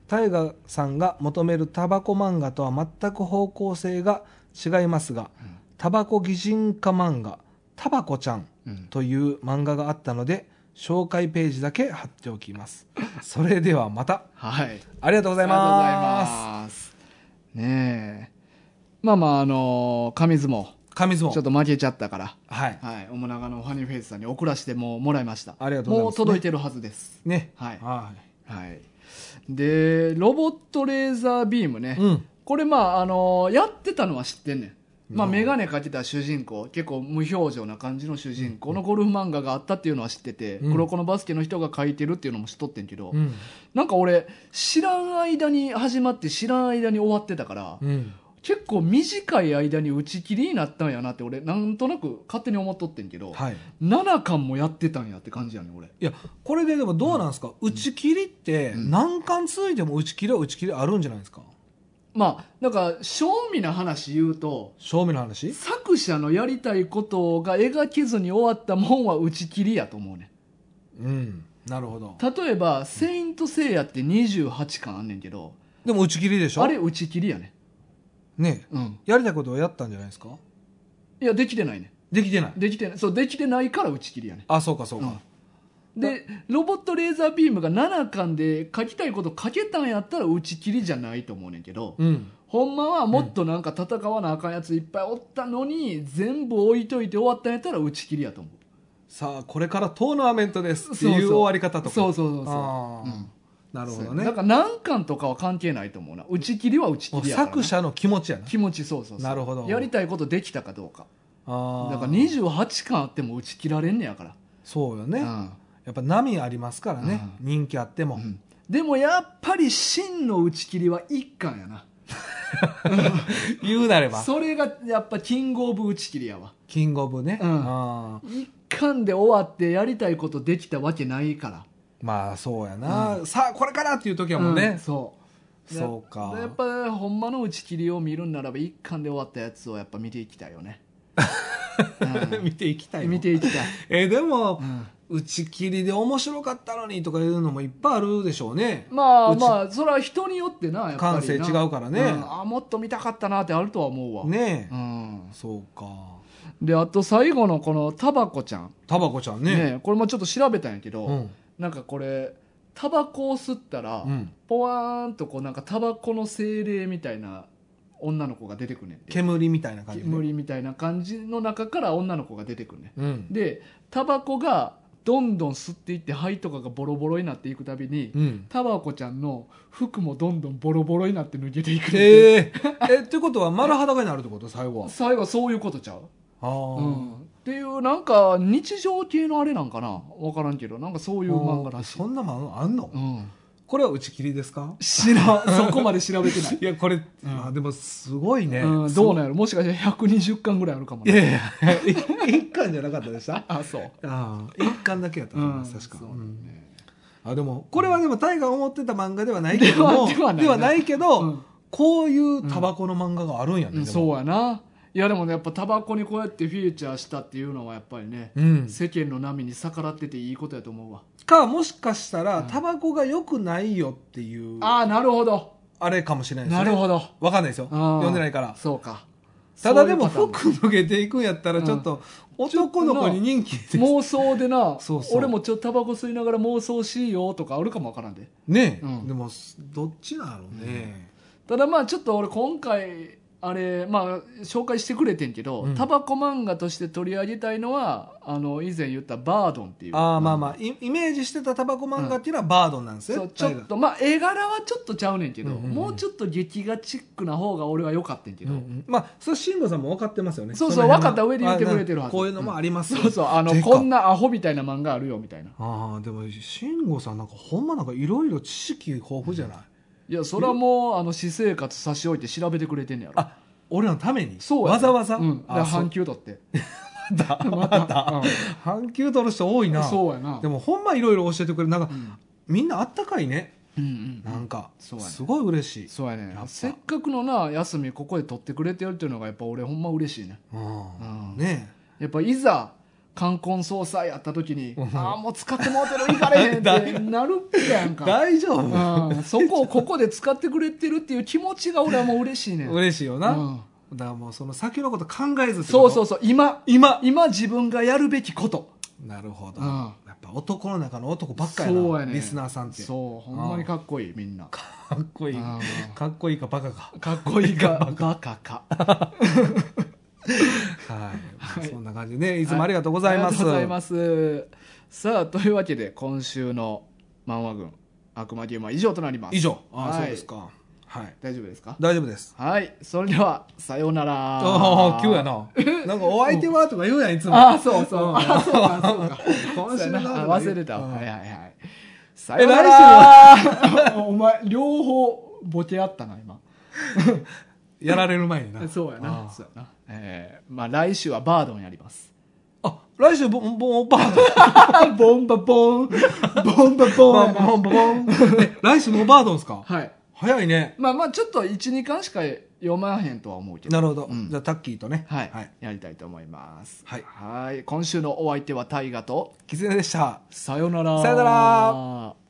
タイガさんが求めるタバコ漫画とは全く方向性が違いますが、タバコ擬人化漫画、タバコちゃんうんという漫画があったので、紹介ページだけ貼っておきます。それではまた。はいありがとうございます。ありがとうございます。ねえ。まあまあ、あのー、紙相撲、紙相撲。ちょっと負けちゃったから、はい。はい、おもながのファニーフェイスさんに送らせてもうもらいました。ありがとうございますもう届いてるはずです。ね。はいはいはい。で、ロボットレーザービームね。うんこれまあ、あのーやってたのは知ってんねん。まあ、うんメガネかけた主人公、結構無表情な感じの主人公のゴルフ漫画があったっていうのは知ってて、うん黒子のバスケの人が書いてるっていうのも知っとってんけど、うん。なんか俺、知らん間に始まって知らん間に終わってたから、うん。結構短い間に打ち切りになったんやなって俺、なんとなく勝手に思っとってんけど、はい。 7巻もやってたんやって感じやねん、俺。いや、これででもどうなんですか、打ち切りって、うん何巻続いても打ち切りは打ち切りあるんじゃないですかまあ、なんか、正味な話言うと、正面の話作者のやりたいことが描けずに終わったもんは打ち切りやと思うねうん。なるほど。ん例えば「セイント・セイヤ」って28巻あんねんけどでも打ち切りでしょあれ打ち切りやねねえうんやりたいことをやったんじゃないですかいやできてないねできてない。できてないそうできてないから打ち切りやねあ、そうかそううかん。でロボットレーザービームが7巻で書きたいこと書けたんやったら打ち切りじゃないと思うねんけど、うん。ほんまはもっとなんか戦わなあかんやついっぱいおったのに全部置いといて終わったんやったら打ち切りやと思うさあ、これからトーナメントですってそういそうう終わり方とか。そうそうそうそうあーうんなるほだどね。から何巻とかは関係ないと思うな打ち切りは打ちも切うりやからな作者の気持ちやな。気持ちそうそうそうなるほどやりたいことできたかどうかああ。だから28巻あっても打ち切られんねやからそうよね。うんやっぱ波ありますからね。人気あっても。うんでもやっぱり真の打ち切りは1巻やな 言うなれば。それがやっぱキングオブ打ち切りやわキングオブね。うんあー1巻で終わってやりたいことできたわけないからまあ、そうやな。さあ、これからっていう時はもううんね。そうそうかやっぱほんまの打ち切りを見るんならば1巻で終わったやつをやっぱ見ていきたいよね、うん 見ていきたいの見てい きたい、えーでもう、ん打ち切りで面白かったのにとかいうのもいっぱいあるでしょうね。まあうちまあそれは人によってなやっぱりな感性違うからねんあもっと見たかったなってあるとは思うわ、ねう。えん、そうか。であと最後のこのタバコちゃん、タバコちゃんねね。これもちょっと調べたんやけど、うん。なんかこれタバコを吸ったら、うん。ポワーンとこうなんかタバコの精霊みたいな女の子が出てくんねんて煙みたいな感じで。煙みたいな感じの中から女の子が出てくんねんうん。でタバコがどんどん吸っていって肺とかがボロボロになっていくたびに、うん。タバコちゃんの服もどんどんボロボロになって脱げていくええ。え、ってことは丸裸になるってこと最後は。最後そういうことちゃう、ああ。うん、っていうなんか日常系のあれなんかな分からんけどなんかそういう漫画らしいそ、んな漫画あんの うん、これは打ち切りですか知らんそこまで調べて ない、いや、これ、あでもすごいね。うん、どうなんやろもしかしたら120巻ぐらいあるかもいねやいや、一巻じゃなかったでしたあそう、ああ、一巻だけやったかうな、ん確か。そううだねんあでも、これはでも、タイが思ってた漫画ではないけども、ではではないなではないけうどん、こういうタバコの漫画があるんやうね。ん、でもそうやないやでもねやっぱタバコにこうやってフィーチャーしたっていうのはやっぱりね、うん。世間の波に逆らってていいことやと思うわか、もしかしたら、んタバコが良くないよっていう、ああなるほどあれかもしれないですなね。るほどわかんないですよ。読んでないから。そうかただでも、そういうパターン服脱げていくんやったら、ちょっと、男の子に人気です妄想でなそうそう俺もちょっとタバコ吸いながら妄想しいよとかあるかもわからんでねえ、うんでもどっちなのね、ただまあちょっと俺今回あれまあ紹介してくれてんけど、うんタバコ漫画として取り上げたいのはあの以前言ったバードンっていうああまあまあイイメージしてたタバコ漫画っていうのはバードンなんですそよ、うちょっとまあ絵柄はちょっとちゃうねんけど、うんうんうんもうちょっと劇画チックな方が俺は良かったんけうんど、うんまあそれ慎吾さんも分かってますよねそうそうの辺は分かった上で言ってくれてるはずあなこういうのもありますよ、そうそうあのてかこんなアホみたいな漫画あるよみたいなああでも慎吾さんなんかほんまなんかいろいろ知識豊富じゃない、いやそれはもうあの私生活差し置いて調べてくれてんねやろあ俺らのためにそうやわざわざ、うん、だからあそう半休取ってた、ま またた、半球取る人多いな。そうやなでもほんまいろいろ教えてくれる。なんか、んみんなあったかいね。うんうんなんか、そうやねすごい嬉しい。そうやねやっぱせっかくのな休みここで取ってくれてるっていうのがやっぱ俺ほんま嬉しいねうんうんねやっぱいざ冠婚葬祭やった時にうんああもう使ってもうてる行かれへ んってなるやんえか大丈夫うんそこをここで使ってくれてるっていう気持ちが俺はもう嬉しいねん嬉しいよな。うんだからもうその先のこと考えずってそこうとそうそう今今今自分がやるべきことなるほど、うんやっぱ男の中の男ばっかやなそうやねリスナーさんってそうほんまにかっこいいみんなかっこいいあーかっこいいかバカかかっこいいかバカかはい、はいそんな感じねいつもありがとうございます、ありがとうございますさあというわけで今週の漫画群悪魔ゲームは以上となります以上あー、はいそうですかはい大丈夫ですか大丈夫ですはいそれではさようならああ急やななんかお相手はとか言うやんいつもああそうそうあそうかそう か今週のそうやな忘れたわはいはいはいさえような来ら お前両方ボケあったな今やられる前に なそうやあなーそうやなえーまあ来週はバードンやりますあ来週ボンボンバード ボンバボン、ボンバボボンン。ボンボン え来週もバードンですかはい。早いねまあまあ、ちょっと1、2巻しか読まへんとは思うけど。なるほど、うんじゃあタッキーとねはい、はい、やりたいと思います。はいい今週のお相手は大ガと、キツネでしたさよなら。さよなら。